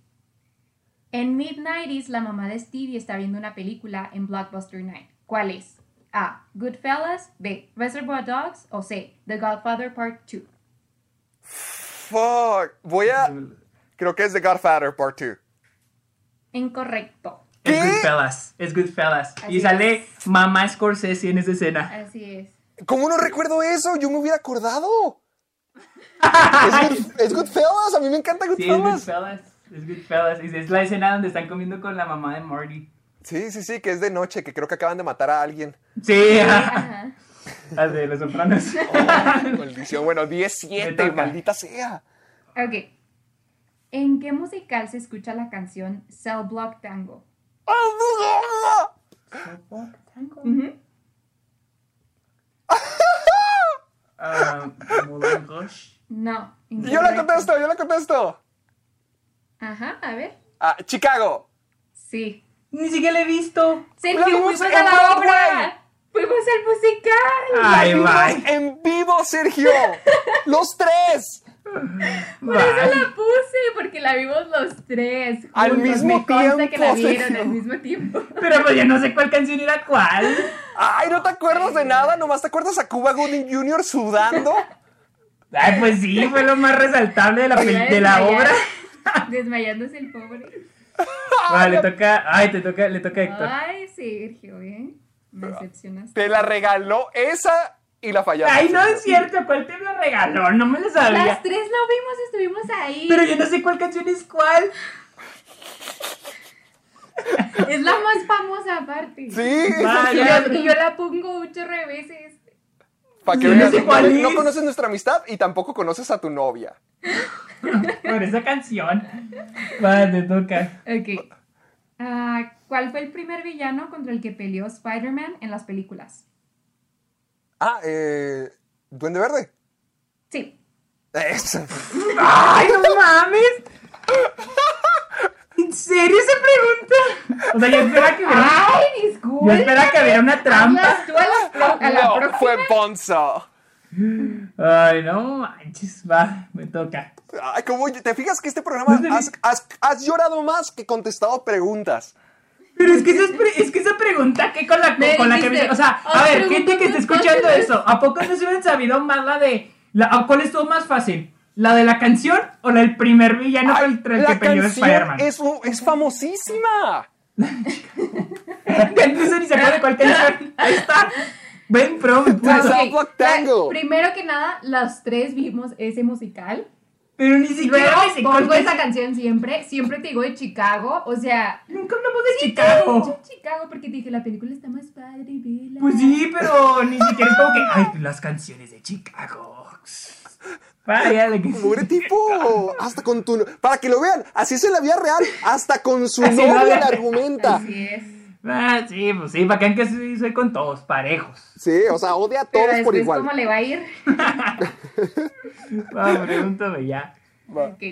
En Mid-90s, la mamá de Stevie está viendo una película en Blockbuster Night. ¿Cuál es? A. Goodfellas. B. Reservoir Dogs. O C. The Godfather Part 2. Fuck. Voy a. Creo que es The Godfather Part 2. Incorrecto. Es ¿Qué? Goodfellas. Es Goodfellas. Así Y sale mamá Scorsese en esa escena. Así es. ¿Cómo no recuerdo eso? Yo me hubiera acordado. [laughs] es, good, es Goodfellas. A mí me encanta Sí, es Goodfellas. Goodfellas. Es Goodfellas. Y es la escena donde están comiendo con la mamá de Marty. Sí, sí, sí, que es de noche, que creo que acaban de matar a alguien. [laughs] Sí, ajá. Ajá. Las de los sopranos. [laughs] Maldición. Bueno, Me 17, toca. maldita sea. Ok. ¿En qué musical se escucha la canción Cell Block Tango? ¡Ah! Ujú. Ah, Moulin Rouge. No. Yo la incorrecto. contesto, yo la contesto. Ajá, a ver. Ah, Chicago. Sí. Ni siquiera la he visto. Sergio, La fuimos música a pues, en la Broadway. obra. Fuimos al musical. [laughs] Ay, Vimos bye. en vivo, [laughs] Sergio. Los tres. Por eso la puse, porque la vimos los tres. Al juntos. mismo Me consta que la tiempo, vieron Sergio. al mismo [laughs] tiempo. Pero pues yo no sé cuál canción era cuál. Ay, ¿no te acuerdas de nada? ¿Nomás te acuerdas a Cuba Gooding Jr. sudando? Ay, pues sí, fue lo más resaltable de la, Ya pel- de la desmayado- obra. Desmayándose [laughs] el pobre. Vale, le toca. Ay, te toca, le toca a Héctor. Ay, Sergio, ¿eh? Me decepcionaste. Te la regaló esa y la fallaste. Ay, no es cierto, ¿cuál te la regaló? No me lo sabía. Las tres lo vimos, estuvimos ahí. Pero yo no sé cuál canción es cuál. Es la más famosa aparte. Sí. Y Vaya. yo, y yo la pongo ocho reveses. Para que Sí, veas, no sé cuál no es. conoces nuestra amistad y tampoco conoces a tu novia. Por esa canción. Vale, te toca. Ok. Ah, ¿Cuál fue el primer villano contra el que peleó Spider-Man en las películas? Ah, eh. Duende Verde. Sí. Eso. [laughs] ¡Ay, no mames! serio se pregunta? O sea, yo esperaba que hubiera, Ay, yo disculpa. esperaba que hubiera una trampa. Hazlas tú a la, pro- a la No, pues, próxima. fue Bonzo. Ay, no manches, va, me toca. Ay, ¿cómo? ¿Te fijas que este programa No sé. has, has- has llorado más que contestado preguntas? Pero es que, esa, es pre- es que esa pregunta que con la, Me con la que dijiste, me- O sea, a "Ah, ver, pregunta gente que está más escuchando fácil". eso, ¿a poco no se hubieran sabido más la de. La, ¿a ¿Cuál estuvo más fácil? ¿La de la canción o la del primer villano Ay, con el que la peleó canción Spider-Man? es, un- es famosísima. Incluso ni se acuerda de cuál canción. Ahí está. Ven, pro, me puso. Pues, Ok, Southwark la- Tango. primero que nada, las tres vimos ese musical. Pero ni siquiera Luego me sé cuál pongo es. esa canción siempre. Siempre te digo de Chicago. O sea, Nunca hablamos de te he Chicago. dicho Chicago porque te dije la película está más padre. vela. Pues sí, pero ni siquiera es como que. Ay, pues las canciones de Chicago. Vaya, la que. Pobre tipo, hasta con tu... Para que lo vean, así es en la vida real, hasta con su Así es la novia [laughs] vida le real. argumenta. Así es. Ah, sí, pues sí, para que vean que soy, soy con todos, parejos. Sí, o sea, odia a todos Pero por después, igual. ¿cómo le va a ir? Va, Ah, pregúntame ya. Ok.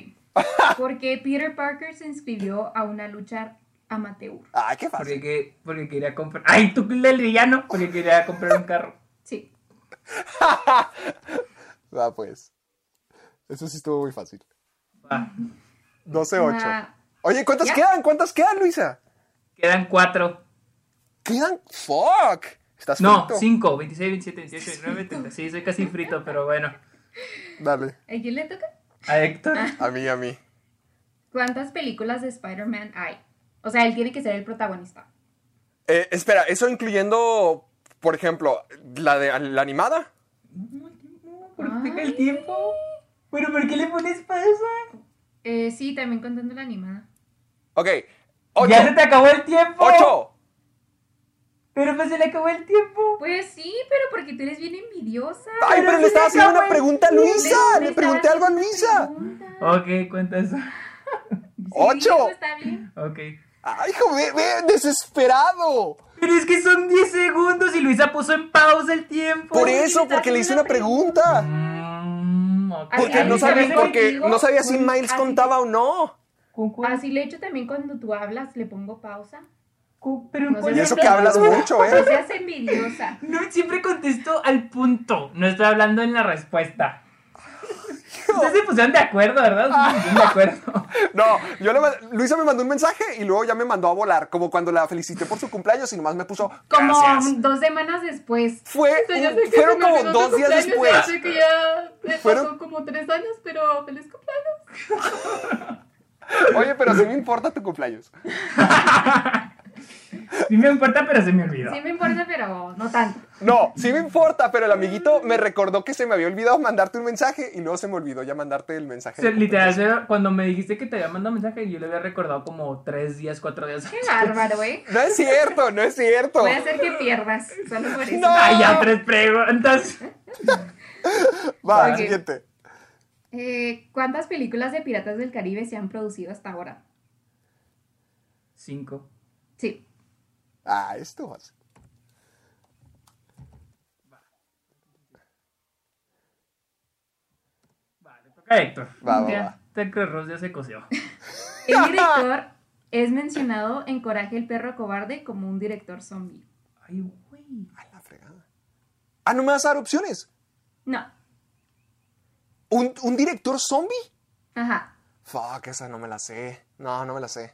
¿Por qué Peter Parker se inscribió a una lucha amateur? Ay, Ah, qué fácil. Porque, que- porque quería comprar. ¡Ay, tú el villano! Porque quería comprar un carro. Sí. Va, pues. Eso sí estuvo muy fácil. Va, 12-8. Ah, Oye, ¿cuántas Ya. quedan? ¿Cuántas quedan, Luisa? Quedan cuatro. ¿Quedan? ¡Fuck! ¿Estás No, frito? cinco. 26, 27, 28, 29, 30. Sí, soy casi frito, pero bueno. Dale, ¿A quién le toca? A Héctor. a mí, a mí. ¿Cuántas películas de Spider-Man hay? O sea, él tiene que ser el protagonista. Eh, espera, eso incluyendo, por ejemplo, la de la animada. ¿Por qué el tiempo? Pero ¿por qué le pones pausa? Eh, sí, también contando la animada. Ok. ¡Ocho! ¡Ya se te acabó el tiempo! ¡Ocho! Pero pues se le acabó el tiempo. Pues sí, pero porque tú eres bien envidiosa. ¡Ay, pero sí le le estaba haciendo acabó una el pregunta a tiempo. Luisa! ¡Le estaba pregunté algo a haciendo Luisa! preguntas. Ok, cuentas. Sí, ¡Ocho! pues, está bien. [laughs] Ok. ¡Ay, hijo, ve, ve, desesperado! Pero es que son 10 segundos y Luisa puso en pausa el tiempo. Por eso, porque le hice una pregunta. Mm, ok. Porque Así no es, sabía, también porque contigo, no sabía si con- Miles así- contaba o no. ¿Con cuál? Así le he hecho también cuando tú hablas, le pongo pausa. Con- pero No ¿cuál seas Y eso que hablas envidiosa. mucho, ¿eh? No seas envidiosa. No, siempre contesto al punto. No estoy hablando en la [laughs] respuesta. Ustedes se pusieron de acuerdo, ¿verdad? Se pusieron de acuerdo. No, yo le ma- Luisa me mandó un mensaje y luego ya me mandó a volar, como cuando la felicité por su cumpleaños y nomás me puso Como gracias. dos semanas después. Fue, O sea, ya sé que fueron se me como olvidó tu dos días cumpleaños, después. ya sé que ya me pasó Fueron- como tres años, pero feliz cumpleaños. Oye, pero sí me importa tu cumpleaños. Sí me importa, pero se me olvidó. Sí me importa, pero no tanto. No, sí me importa, pero el amiguito me recordó que se me había olvidado mandarte un mensaje y luego se me olvidó ya mandarte el mensaje. O sea, literal, pero cuando me dijiste que te había mandado mensaje, yo le había recordado como tres días, cuatro días. Qué bárbaro, ¿eh? No es cierto, no es cierto. Voy a hacer que pierdas, solo por eso. No. [laughs] Ay, ya tres preguntas. Va, Ok. siguiente. Eh, ¿Cuántas películas de Piratas del Caribe se han producido hasta ahora? Cinco. Sí. Ah, esto va a ser. Vale, toca a Héctor. Ah, Va, va, Ya, va. Ted Cruz Ross ya se coció. El director es mencionado en Coraje el perro cobarde como un director zombie. Ay, güey. A la fregada. Ah, no me vas a dar opciones. No. ¿Un, un director zombie? Ajá. Fuck, esa no me la sé. No, no me la sé.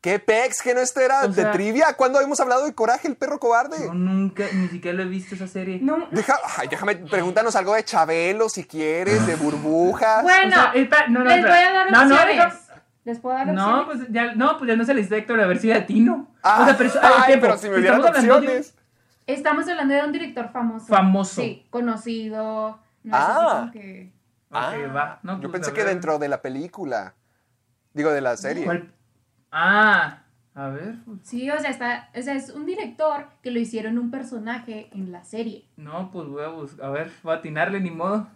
¿Qué pex que no este era O de sea- trivia? ¿Cuándo habíamos hablado de Coraje, el perro cobarde? Yo nunca, ni siquiera lo he visto esa serie. No. Deja- ay, déjame, pregúntanos algo de Chabelo si quieres, de burbujas. Bueno, O sea, espera, no, no, les espera. voy a dar No, no, opciones. deja- ¿Les puedo dar No, opciones? pues ya, no, pues ya no se le dice a Héctor a ver si latino. Ah, eso- a ver, ay, tiempo. pero si me dieran Estamos hablando de un- opciones. Estamos hablando de un director famoso. Famoso. Sí, conocido. No Ah. sé que... Ok, va. No, yo pues, pensé a que ver. dentro de la película. Digo, de la serie. ¿Cuál? Ah, a ver. Sí, o sea, está, o sea, es un director que lo hicieron un personaje en la serie. No, pues voy a buscar. A ver, voy a atinarle, ni modo.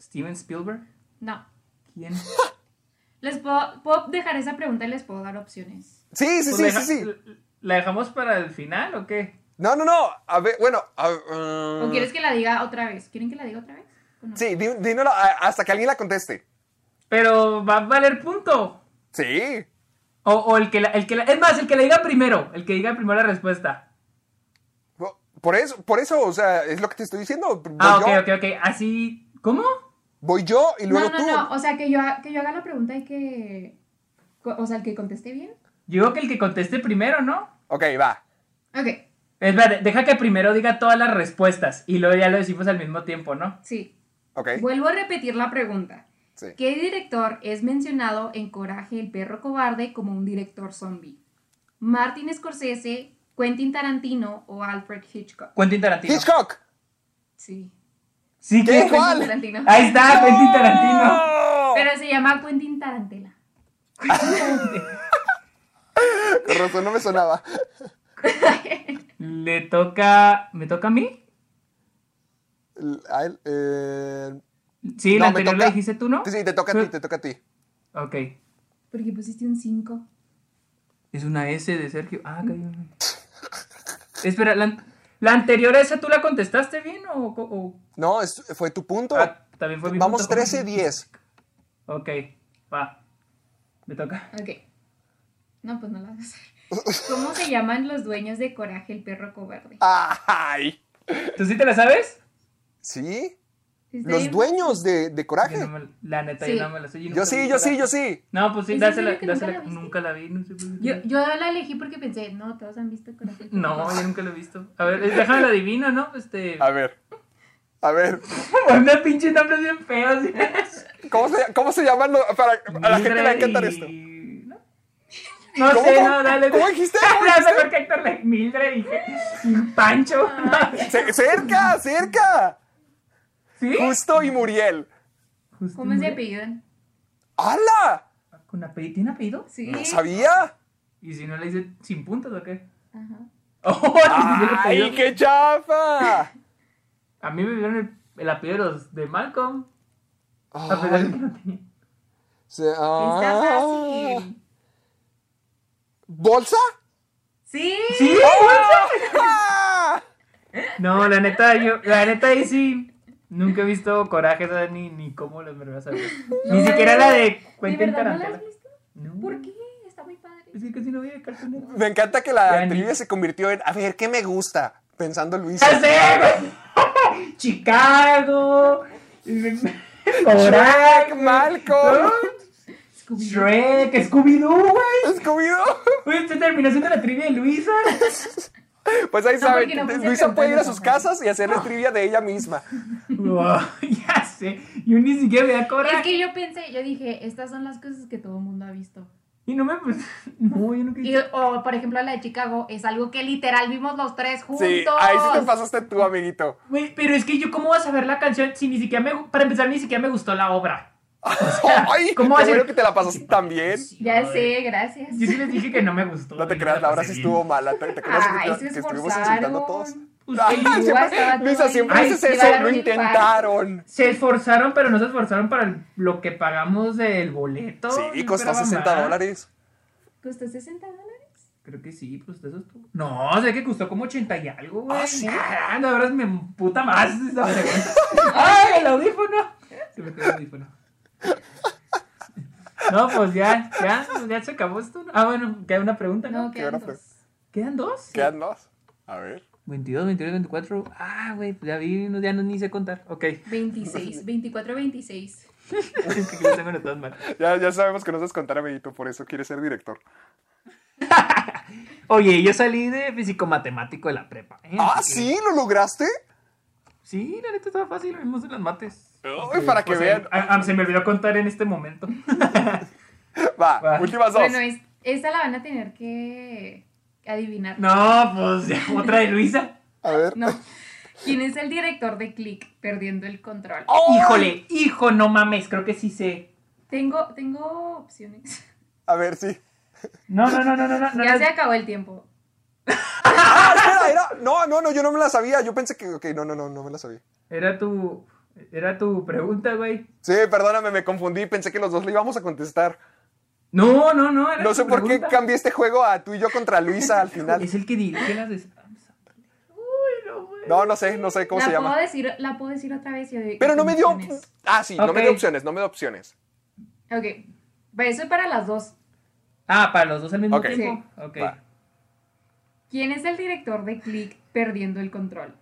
¿Steven Spielberg? No. [laughs] ¿Quién? Les puedo, puedo dejar esa pregunta y les puedo dar opciones. Sí, sí, Pues sí, deja- sí, sí. ¿La dejamos para el final o qué? No, no, no. A ver, bueno. a- mm, ¿O quieres que la diga otra vez? ¿Quieren que la diga otra vez? ¿O no? Sí, di- dínoslo a- hasta que alguien la conteste. Pero va a valer punto. Sí. O, o el que la, el que la- es más, el que la diga primero, el que diga primero la respuesta. Por eso, por eso, o sea, es lo que te estoy diciendo. Voy, Ah, yo, ok, ok, ok. Así, ¿cómo? voy yo y luego no, no, tú. no. O sea, que yo, ha- que yo haga la pregunta y que. co- O sea, el que conteste bien. Yo digo que el que conteste primero, ¿no? Ok, va. Ok, Espérate, deja que primero diga todas las respuestas y luego ya lo decimos al mismo tiempo, ¿no? sí. Ok. Vuelvo a repetir la pregunta. Sí. ¿Qué director es mencionado en Coraje el perro cobarde como un director zombie? ¿Martin Scorsese, Quentin Tarantino o Alfred Hitchcock? Quentin Tarantino. Hitchcock. Sí. Sí, ¿Qué? que- ¿Cuál? Tarantino. [laughs] Ahí está, Quentin Tarantino. ¡No! Pero se llama Quentin Tarantela. Con razón no me sonaba. Le toca. ¿Me toca a mí? L- a él, eh, Sí, No, la me anterior toca. la dijiste tú, ¿no? Sí, te toca a ti, te toca a ti. Ok. Porque pusiste un 5. Es una S de Sergio. Ah, cayó. Espera, la, la anterior esa tú la contestaste bien o. o- No, es- fue tu punto. ah, también fue mi Vamos punto. 13-10. Ok, va. Me toca. Ok. No, pues no la vas a hacer. [laughs] ¿Cómo se llaman los dueños de Coraje el perro Ah, cobarde? ¡Ay! ¿Tú sí te la sabes? ¿Sí? ¿Está Los bien? dueños de, de Yo no Coraje. me- la neta, Sí. yo no me la sé. Yo nunca sí, vi yo sí, Coraje. yo sí. No, pues sí, ¿Es en dásela. serio que nunca dásela- la viste? nunca la vi, no sé por qué. Yo, yo la elegí porque pensé, no, todos han visto Coraje el perro No, cobarde. yo nunca lo he visto. A ver, déjame la adivino, ¿no? Este. A ver. A ver. [laughs] Una pinche nombres bien feos. ¿Cómo se, cómo se llaman? los- Para, a la gente le va a encantar y- esto. No, No ¿Cómo, sé, cómo? no, dale. ¿Cómo [laughs] dijiste? ¿Cómo Ya sé dijiste? por qué Héctor le- Mildred y, y [laughs] Pancho. Ce- cerca, cerca. ¿Sí? Justo y Muriel. ¿Cómo se apellidan? ¡Hala! ¿Con apellido? ¿Tiene apellido? Sí. ¿No sabía? ¿Y si no le dice sin puntos o qué? Ajá. [laughs] Oh, ¡Ay, qué [laughs] chafa! A mí me dieron el, el apellido de los- de Malcolm. A pesar de que Ay, no tenía. se- Está ah. fácil. ¿Bolsa? Sí. [laughs] ¡Sí! ¡Ah! No, la neta, yo, la neta ahí sí. Nunca he visto coraje, ¿sabes? Ni, ni cómo los me vas a ver. Ni siquiera la de ¿De Quentin verdad no la Tarantino. has visto? No, ¿Por qué? Está muy padre. Es que casi no veía Cartoon Network. Me encanta que Ya la ni- trivia se convirtió en, a ver, ¿qué me gusta? Pensando Luis. ¡Ya sé, güey! [laughs] Chicago. Coraje. Shrek, Malcolm, Shrek, Scooby-Doo, güey. Scooby-Doo. Uy, usted terminó haciendo la trivia de Luisa. [laughs] Pues ahí No, saben, porque no puse Luisa puede ir a campaña, sus campaña. casas y hacer la trivia de ella misma. Wow, [laughs] ya sé. Yo ni siquiera veía coraje. Es que yo pensé, yo dije, estas son las cosas que todo el mundo ha visto. Y no me. pus- No, yo nunca. Y- o, por ejemplo, la de Chicago es algo que literal vimos los tres juntos. Sí, ahí sí te pasaste tú, amiguito. Güey, pero es que yo, ¿cómo vas a ver la canción si ni siquiera me. gu- Para empezar, ni siquiera me gustó [laughs] la obra. ¡Ay! ¿cómo qué hace? bueno que te la pasaste tan bien. Ya Ay. sé, [laughs] gracias. Yo sí les dije que no me gustó. No te güey, creas, la verdad pasé sí bien. estuvo mala. Te, te creas Ay, que, se que estuvimos insultando a todos. Pues Ay, sí, Igual estaba siempre, todo Luisa, ahí. siempre Ay, dices iba a eso, dar lo un infarto. intentaron. Se esforzaron, pero no se esforzaron para el- lo que pagamos del boleto. Sí, Yo costó esperaba 60 más. dólares. ¿Costó 60 dólares? Creo que sí, pues eso estuvo. No, o sea que costó como 80 y algo, güey. ¿Ah, sí? Ah, la verdad me puta más esa pregunta. [laughs] ¡Ay, el audífono! Se me quedó el audífono. No, pues ya, ya, ya se acabó esto. ¿no? Ah, bueno, queda una pregunta, ¿no? No, quedan buena dos. ¿Quedan dos? Quedan dos. A ver. 22, 23, 24. Ah, güey, ya vi, no, ya no, ni sé contar. Ok. [laughs] [laughs] 26, 24, 26. es que los tengo anotados mal. Ya, ya sabemos que no sabes contar, amiguito, por eso quieres ser director. Oye, yo salí de físico-matemático de la prepa. ¿eh? ¡Ah, Así que- sí! ¿Lo lograste? Sí, la neta estaba fácil, lo vimos en las mates. Uy, para que O sea, vean. a- a- se me olvidó contar en este momento. [laughs] Va, va. últimas dos. Bueno, es, esta la van a tener que adivinar. no, pues ya, otra de Luisa. A ver. No. ¿Quién es el director de Click perdiendo el control? Oh. Híjole, hijo, no mames, creo que sí sé. Tengo, tengo opciones. A ver, sí. No, no, no, no, no, no. no, Ya no. se acabó el tiempo. ¡Ah, espera! Era... No, no, no, yo no me la sabía. Yo pensé que. Ok, no, no, no, no me la sabía. Era tu. Era tu pregunta, güey. Sí, perdóname, me confundí. Pensé que los dos le íbamos a contestar. No, no, no. era No tu sé por qué pregunta. cambié este juego a tú y yo contra Luisa al final. Es el que dirige las de. Uy, no, güey. No, no sé, no sé cómo la se puedo llama. decir, la puedo decir otra vez. y- Pero no me dio. opciones. Ah, sí, no me dio Ok. opciones, no me dio opciones. Ok. Pero eso es para las dos. Ah, para los dos al mismo Ok. tiempo. Ok. Va. ¿Quién es el director de Click Perdiendo el Control?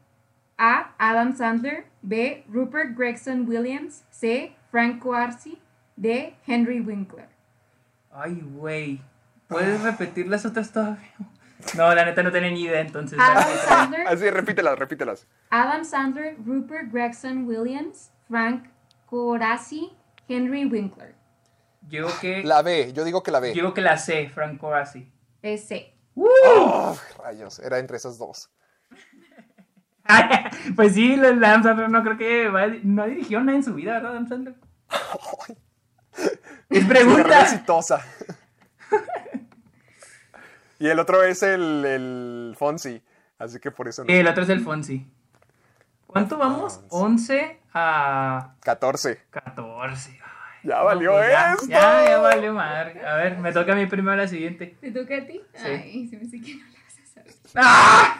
A. Adam Sandler. B. Rupert Gregson Williams. C. Frank Coarsi. D. Henry [laughs] Winkler. Ay, güey. ¿Puedes repetir las otras todavía? No, la neta no tenía ni idea, entonces. Adam dale. Sandler. Así, repítelas, repítelas. Adam Sandler, Rupert Gregson Williams, Frank Coarsi, Henry Winkler. Yo que. La B, yo digo que la B. Yo que la sé, Franco así. [laughs] Es C. Oh, rayos, era entre esas dos. pues sí, la- la Adam Sandler no creo que va- no dirigió nada en su vida, ¿verdad, Adam Sandler? Es Carrera pregunta. exitosa. y el otro es el, el Fonsi. Así que por eso no. El otro es el Fonsi. ¿Cuánto vamos? 11 a 14. 14. Ay, Ya no, valió pues ya, esto. Ya, ya valió madre. A ver, me toca a mí primero la siguiente. ¿Te toca a ti? Ay, se me hace que no la vas a saber. [laughs] ¡Ah!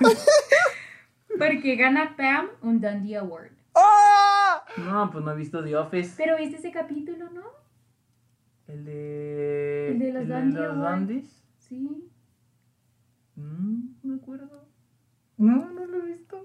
¿Por qué gana Pam un Dundee Award? ¡Ah! No, pues no he visto The Office. Pero viste ese capítulo, ¿no? El de. El de los Dandy los Award. Dandies. Sí. Mm, No me acuerdo. No, no lo he visto.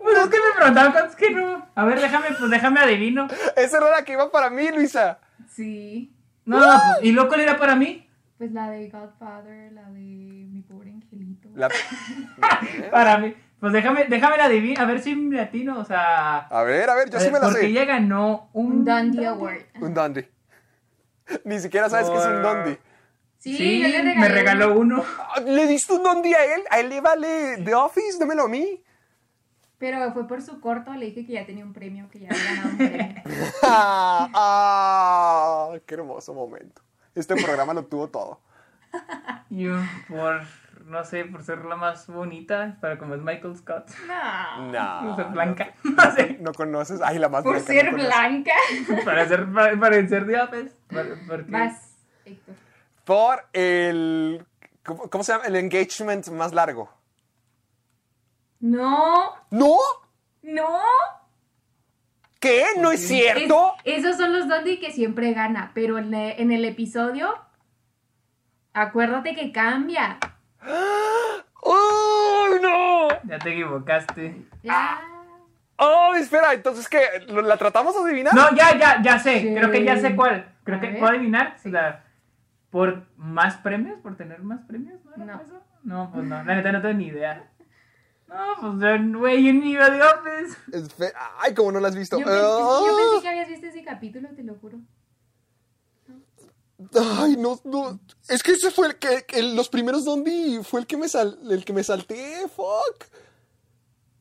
Pues es que me preguntaban cosas que no. A ver, déjame, pues déjame adivino. Esa era la que iba para mí, Luisa. Sí. No, no, pues, ¿y loco era para mí? Pues la de Godfather, la de mi pobre angelito. La- ¿Eh? Para mí. Pues déjame, déjame la adivino, a ver si me atino, o sea. A ver, a ver, yo sí eh, me la porque sé. ella ganó un. Un Dundee Award. Un dandy. Ni siquiera sabes que es un dandy. Sí, Sí, yo le regalé. me regaló uno. Ah, ¿Le diste un dandy a él? ¿A él le vale The Office? Dámelo a mí. [laughs] Pero fue por su corto, le dije que ya tenía un premio, que ya había ganado un premio. Ah, ah, ¡Qué hermoso momento! Este programa lo tuvo todo. Yo, por. No sé, por ser la más bonita, para como es Michael Scott. No. o No. sea, blanca. [laughs] No, No sé. no conoces. Ay, la más Ah, Por blanca, ser no conoces. blanca. Para ser, para, para ser de Office. Por- porque- Vas, Héctor. Por el. ¿cómo, cómo se llama? El engagement más largo. No, ¿No? no. ¿Qué? ¿No es Es- cierto? esos son los Dundee que siempre gana, pero en, la- en el episodio, acuérdate que cambia. ¡Oh, no! Ya te equivocaste. Ya. ¡Oh, espera! Entonces, ¿qué? ¿Lo- ¿La tratamos de adivinar? No, ya, ya, ya sé. Sí. Creo que ya sé cuál. Creo A que ver. puedo adivinar. O sea, por más premios, por tener más premios, ¿no? era No. eso? No, pues no. La neta no tengo ni idea. No, pues eh, güey, yo ni iba de Office. Espe- Ay, como no la has visto. Yo pensé, yo ¡Ah! pensé que habías visto ese capítulo, te lo juro. Ah, Ay, no, no. Es que ese fue el que el- los primeros Dondi fue el que me sal, el que me salté, fuck.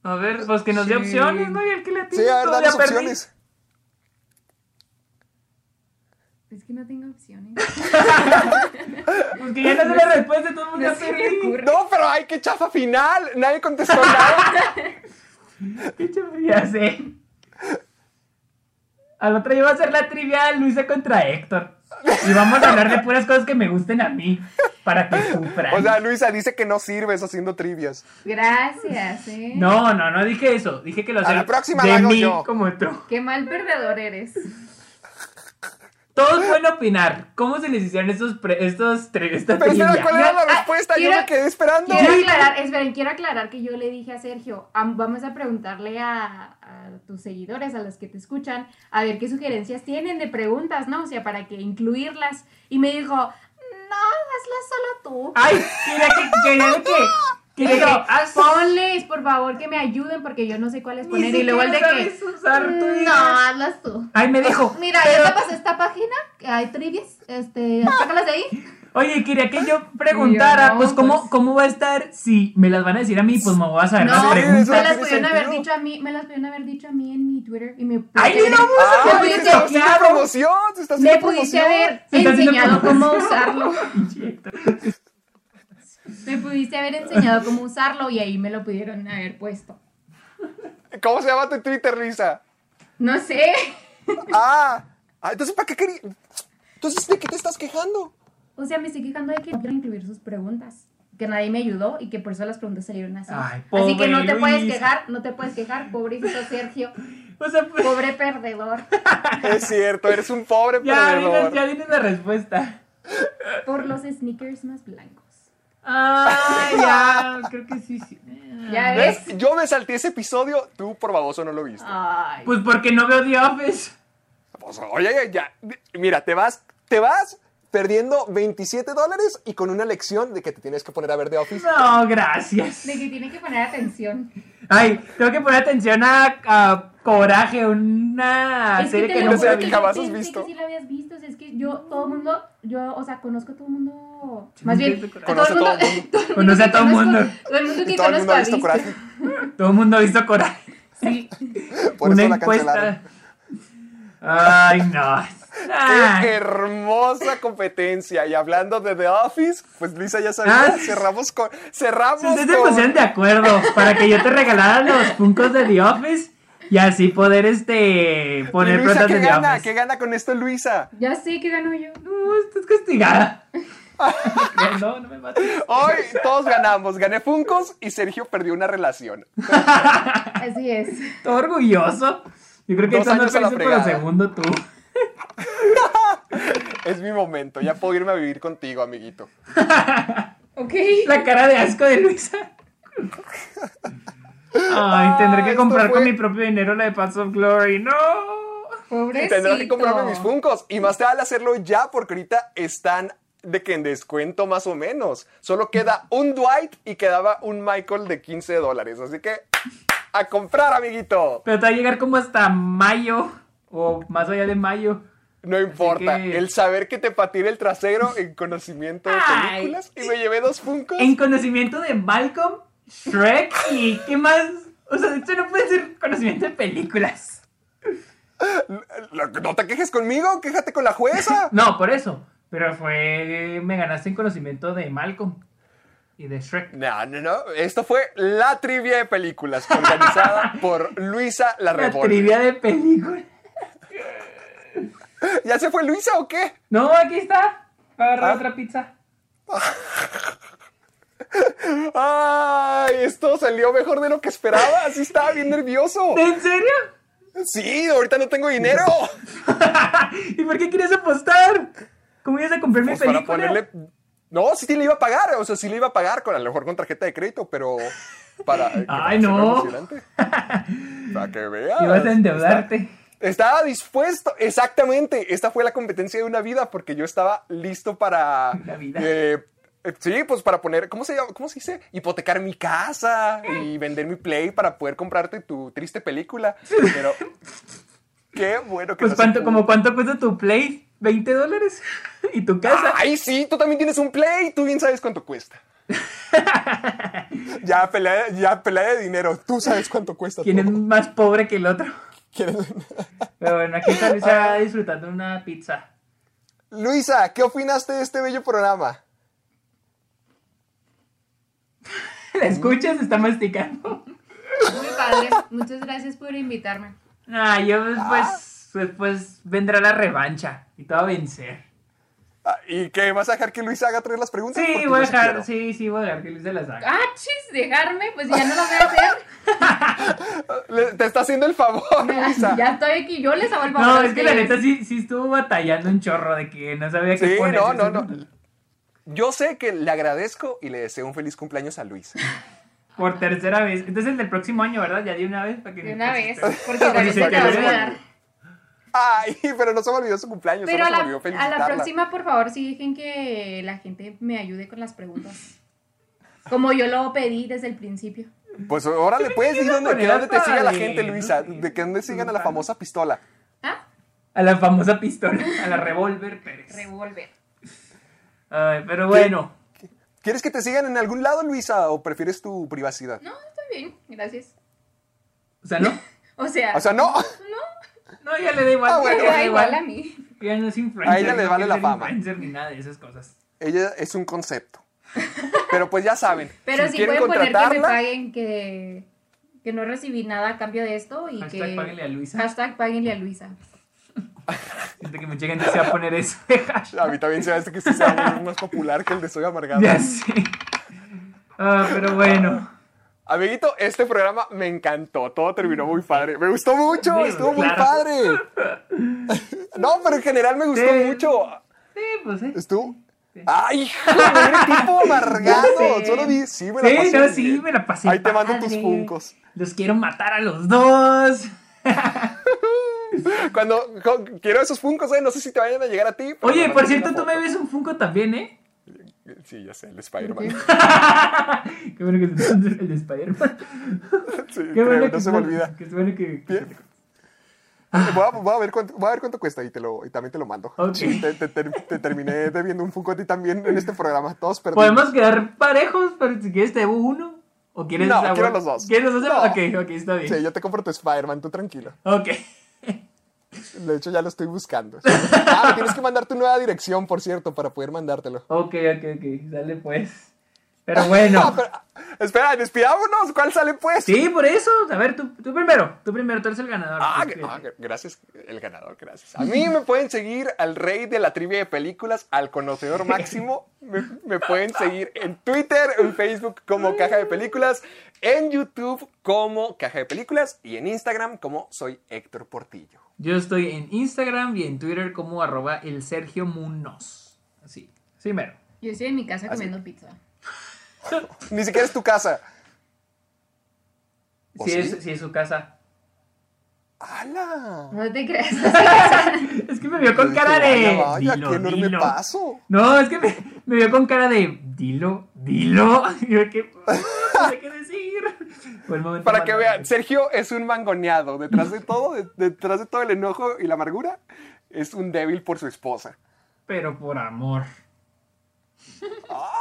A ver, pues que nos dé opciones, ¿no? Y el que le Sí, tiene a ver, todo, dale ya perdí. opciones. Es que no tengo opciones. [laughs] Pues que ya no sé la respuesta, todo el mundo No ya se me perdí. ocurre. No, pero ay, qué chafa final. Nadie [laughs] contestó nada. Qué chafa, Ya sé. Al otro día va a ser la trivia Luisa contra Héctor. Y vamos a hablar de puras cosas que me gusten a mí. Para [laughs] que sufran. O sea, Luisa dice que no sirves haciendo trivias. Gracias, eh. No, no, no dije eso. Dije que lo A sé la próxima de la hago mí yo. como tú. Qué mal perdedor eres. Todos pueden opinar. ¿Cómo se les hicieron estos pre- estos tres? Esta Pero espera, trivia? ¿cuál era la Ah, respuesta? Yo quiero- me quedé esperando. Quiero aclarar, esperen, quiero aclarar que yo le dije a Sergio, am- vamos a preguntarle a, a tus seguidores, a los que te escuchan, a ver qué sugerencias tienen de preguntas, ¿no? O sea, para que incluirlas. Y me dijo, no, hazlas solo tú. Ay, quería que. Quería que. Quería [laughs] que. Pero, Ah, haz- ponles, por favor, que me ayuden porque yo no sé cuáles Ni poner. Y luego el de siquiera que. sabes usar tu "Mm, No, idea". hazlas tú. Ay, me dijo. Mira, pero- ya te pasé esta página, que hay trivias, [laughs] este, sácalas de ahí. Oye, quería que yo preguntara, Y yo, no, pues, ¿cómo, pues- cómo va a estar si me las van a decir a mí, pues me voy a saber las No, me preguntas. las tiene pudieron haber sentido. dicho a mí, me las pudieron haber dicho a mí en mi Twitter y me Ay, mira, vamos a Ah, hacer Me te pudiste- está haciendo claro. promoción, te está me haciendo pudiste promoción. haber Se está haciendo enseñado cómo promoción. usarlo. Pinche Héctor. Me pudiste haber enseñado cómo usarlo y ahí me lo pudieron haber puesto. ¿Cómo se llama tu Twitter, Luisa? No sé. Ah, ah, entonces, ¿para qué quería? Entonces, ¿de qué te estás quejando? O sea, me estoy quejando de que no quiero incluir sus preguntas. que nadie me ayudó y que por eso las preguntas salieron así. Ay, así pobre que no te puedes Luis. quejar, no te puedes quejar, pobrecito Sergio, O sea, pues, pobre perdedor, Es cierto, eres un pobre ya, diles, perdedor. ya diles la respuesta. por los sneakers más blancos. Ah, ya, creo que sí, sí. Ya ¿Ves? ves. Yo me salté ese episodio, tú por baboso no lo viste. Ay. Pues porque no veo The Office. Pues, oye, ya, mira, te vas, te vas perdiendo 27 dólares y con una lección de que te tienes que poner a ver de Office. No, gracias. De que tiene que poner atención. Ay, tengo que poner atención a, a Coraje, una Es serie te que, lo no juro se que que jamás yo has pensé visto. que sí la habías visto. o sea, es que yo, todo el mundo, yo, o sea, conozco a todo el mundo. Más bien, Conoce a [laughs] todo el mundo. Conoce a todo el mundo. que conozco- Todo el mundo que Todo el conozco mundo ha ha visto visto. Coraje. Todo el mundo ha visto Coraje. Sí. Por una eso la encuesta. cancelaron. Ay, no. Ah, ¡Qué hermosa competencia! Y hablando de The Office, pues Luisa ya sabía, Ah. cerramos con. Cerramos si ustedes se con. pusieron de acuerdo para que yo te regalara los puncos de The Office y así poder este poner Luisa, protas ¿qué de The gana? Office. ¿Qué gana con esto, Luisa? Ya sé que ganó yo. No, [laughs] estás castigada. no, no me mates. Hoy todos ganamos. Gané Funcos y Sergio perdió una relación. [laughs] Así es. Todo orgulloso. Yo creo que Dos eso no años a la pensé por el fregada. segundo tú. Es mi momento. Ya puedo irme a vivir contigo, amiguito. Ok. La cara de asco de Luisa. Ay, tendré que Ah, esto comprar con fue- mi propio dinero la de Paths of Glory. No. Pobrecito. Tendrá que comprarme mis Funcos. Y más te vale hacerlo ya porque ahorita están de que en descuento más o menos. Solo queda un Dwight y quedaba un Michael de 15 dólares. Así que a comprar, amiguito. Pero te va a llegar como hasta mayo o más allá de mayo. No importa. que- El saber que te patiré el trasero en conocimiento de Ay. películas. Y me llevé dos Funcos. En conocimiento de Malcolm, Shrek y qué más. O sea, esto no puede ser conocimiento de películas. No te quejes conmigo, quéjate con la [laughs] jueza. No, por eso. Pero fue. Me ganaste en conocimiento de Malcolm y de Shrek. No, no, no. Esto fue la trivia de películas [laughs] organizada por Luisa la La Reborn. trivia de películas. ¿Ya se fue Luisa o qué? No, aquí está. Va a agarrar Ah. otra pizza. Ay, esto salió mejor de lo que esperaba. Así estaba bien [laughs] nervioso. ¿En serio? Sí, ahorita no tengo [laughs] dinero. ¿Y por qué quieres apostar? ¿Cómo ibas a comprar mi Pues para película? ponerle. No, sí, sí le iba a pagar. O sea, sí le iba a pagar con a lo mejor con tarjeta de crédito, pero para. eh, [laughs] Ay, que fuera no. [laughs] emocionante. Para que veas. Ibas a endeudarte. Estaba dispuesto, exactamente. Esta fue la competencia de una vida porque yo estaba listo para. Una vida. eh, eh, sí, pues para poner. ¿Cómo se llama? ¿Cómo se dice? Hipotecar mi casa y vender mi play para poder comprarte tu triste película. [laughs] Pero. Qué bueno que Pues no se cuánto, pudo. como cuánto cuesta tu Play? ¿20 dólares? [laughs] ¿Y tu casa? Ay, sí, tú también tienes un play. Tú bien sabes cuánto [laughs] cuesta. ya, pelea, ya pelea de dinero. Tú sabes cuánto cuesta. ¿Quién es todo. más pobre que el otro? ¿Quién es? [laughs] Pero bueno, aquí está Luisa disfrutando una pizza. [laughs] Luisa, ¿qué opinaste de este bello programa? Mm. ¿La escuchas? Está masticando. [laughs] Muy padre. Muchas gracias por invitarme. Ah, yo después, después pues, vendrá la revancha y todo va a vencer. Ah, ¿Y qué? ¿Vas a dejar que Luis haga tres las preguntas? Sí, Porque voy a yo dejar, quiero. sí, sí, voy a dejar que Luisa la saque. Ah, chis, dejarme, pues ya no lo voy [laughs] a hacer. Ah, Le- te está haciendo el favor, [laughs] Luisa. ya estoy aquí, yo les hago el favor. No, a es que la ustedes. neta sí, sí estuvo batallando un chorro de que no sabía qué Sí, poner. no, no, no. Yo sé que le agradezco y le deseo un feliz cumpleaños a Luis. Por tercera vez. Entonces el del próximo año, ¿verdad? Ya de una vez para que De una vez, porque Pues también sí, se te va a que no. olvidar. Ay, pero no se me olvidó su cumpleaños, Pero a solo la, se me olvidó a felicitarla. la próxima, por favor, sí dejen que la gente me ayude con las preguntas. Como yo lo pedí desde el principio. Pues órale, pues, di quiero dónde, que poner dónde te hasta siga la de- gente, Luisa. no sé, De que dónde sigan a la Luján. famosa pistola. ¿Ah? A la famosa pistola, a la revólver Pérez. Revolver. Ay, pero bueno. ¿Quieres que te sigan en algún lado, Luisa, o prefieres tu privacidad? No, está bien, gracias. O sea, ¿no? O sea, O sea, no. [laughs] No, ya le da igual. Ah, ya bueno. le me da igual a mí. Ya no es influencer. A ella le no vale quiere la ser fama. influencer ni nada de esas cosas. Ella es un concepto. Pero pues ya saben. Pero sí quieren pueden poner que me contratarla, paguen que, que no recibí nada a cambio de esto y Hashtag que... páguenle a Luisa. Hashtag páguenle a Luisa. Siento que mucha gente se va a [laughs] poner eso de hashtag. A mí también se me hace que este sea más popular que el de Soy Amargado. Ya sé. Ah, pero bueno. Amiguito, este programa me encantó, todo terminó muy padre. Me gustó mucho, Sí, estuvo muy claro. padre. No, pero en general me gustó Sí. mucho. Sí, pues eh. ¿Estuvo? ¡Ay, hijo! eres tipo amargado! sé. Solo di, sí, me la Sí, pasé no, muy sí, bien. me la pasé. Ahí te mando padre. tus funcos. Los quiero matar a los dos. Cuando jo, quiero esos funcos, eh, no sé si te vayan a llegar a ti. pero Oye, no por sé cierto, si tú me ves un Funko también, ¿eh? la- Sí, ya sé, el Spider-Man. Qué bueno que te el de Spider-Man. Sí, Qué creo, bueno no que se me olvida. Qué bueno que. Bien. Voy a, voy a ver cuánto, voy a ver cuánto cuesta y, te lo, y también te lo mando. Ok. Sí, te, te- te- te terminé debiendo un Funko a ti también en este programa. Todos perdimos. Podemos quedar parejos, pero si quieres te debo uno. ¿O quieres No, la- quiero los dos. ¿Quieres los dos? No. Ok, ok, está bien. Sí, yo te compro tu Spider-Man, tú tranquilo. Ok. [laughs] De hecho, ya lo estoy buscando. Ah, me tienes que mandar tu nueva dirección, por cierto, para poder [laughs] mandártelo. Ok, ok, ok. Dale pues. Pero [laughs] bueno. Ah, pero- espera, despidámonos. ¿Cuál sale pues? Sí, por eso. A ver, tú, tú primero. Tú primero, tú eres el ganador. Ah, Pues, gra- ah, gra- gracias, el ganador, gracias. A [laughs] mí me pueden seguir al rey de la trivia de películas, al conocedor máximo. Me, me pueden seguir en Twitter, en Facebook como Caja de Películas, en YouTube como Caja de Películas y en Instagram como soy Héctor Portillo. Yo estoy en Instagram y en Twitter como arroba el Sergio Munoz. Así. Sí, mero. Yo estoy en mi casa comiendo pizza. Ni siquiera es tu casa. ¿O Si sí? es, si es su casa. [laughs] ¡Hala! No te creas. Es que me vio con Yo dije, cara de. vaya, vaya, dilo, qué enorme dilo". paso. No, es que me, me vio con cara de. Dilo, dilo. [laughs] Y Yo que. No sé qué decir. Fue el momento Para que más- vean, Sergio es un mangoneado. Detrás de todo, de- detrás de todo el enojo y la amargura, es un débil por su esposa. Pero por amor.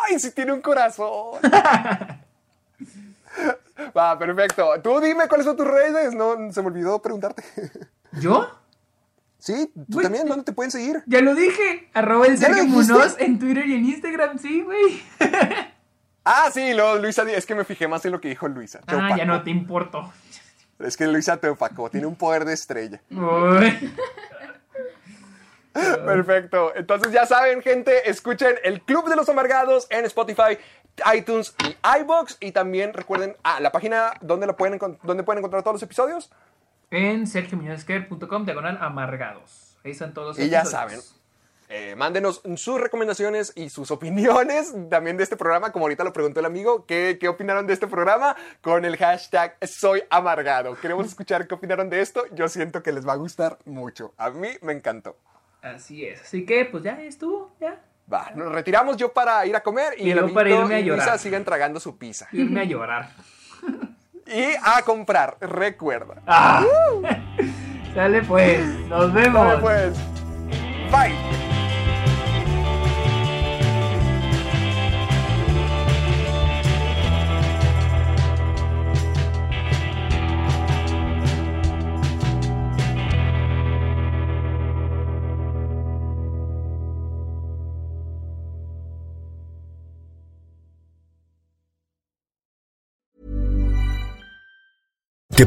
¡Ay, si tiene un corazón! Va, perfecto. Tú dime cuáles son tus redes. No, se me olvidó preguntarte. ¿Yo? Sí, tú Güey. también. ¿Dónde te pueden seguir? Ya lo dije. Arroba el ¿Ya lo Sergio dijiste? Munoz en Twitter y en Instagram. Sí, güey. Ah, sí, lo, Luisa. Es que me fijé más en lo que dijo Luisa. Te Ah, ya opacó. no te importo. Es que Luisa te opacó. Tiene un poder de estrella. Uy. Ah. Perfecto. Entonces ya saben, gente, escuchen el Club de los Amargados en Spotify, iTunes y iBox. Y también recuerden ah, la página donde, la pueden, encon- donde pueden encontrar todos los episodios. en sergiomuñozquer.com diagonal amargados. Ahí están todos. los Y ya saben. episodios. eh, mándenos sus recomendaciones y sus opiniones también de este programa, como ahorita lo preguntó el amigo, ¿qué, qué opinaron de este programa? Con el hashtag Soy Amargado. Queremos escuchar qué opinaron de esto. Yo siento que les va a gustar mucho. A mí me encantó. Así es. Así que, pues ya estuvo, ya. Va, nos retiramos yo para ir a comer y, Y el yo para amiguito irme a y Luisa llorar. sigan tragando su pizza. Irme a llorar. Y a comprar, recuerda. Ah. Sale pues. Nos vemos. Dale, pues. Bye. ¿Te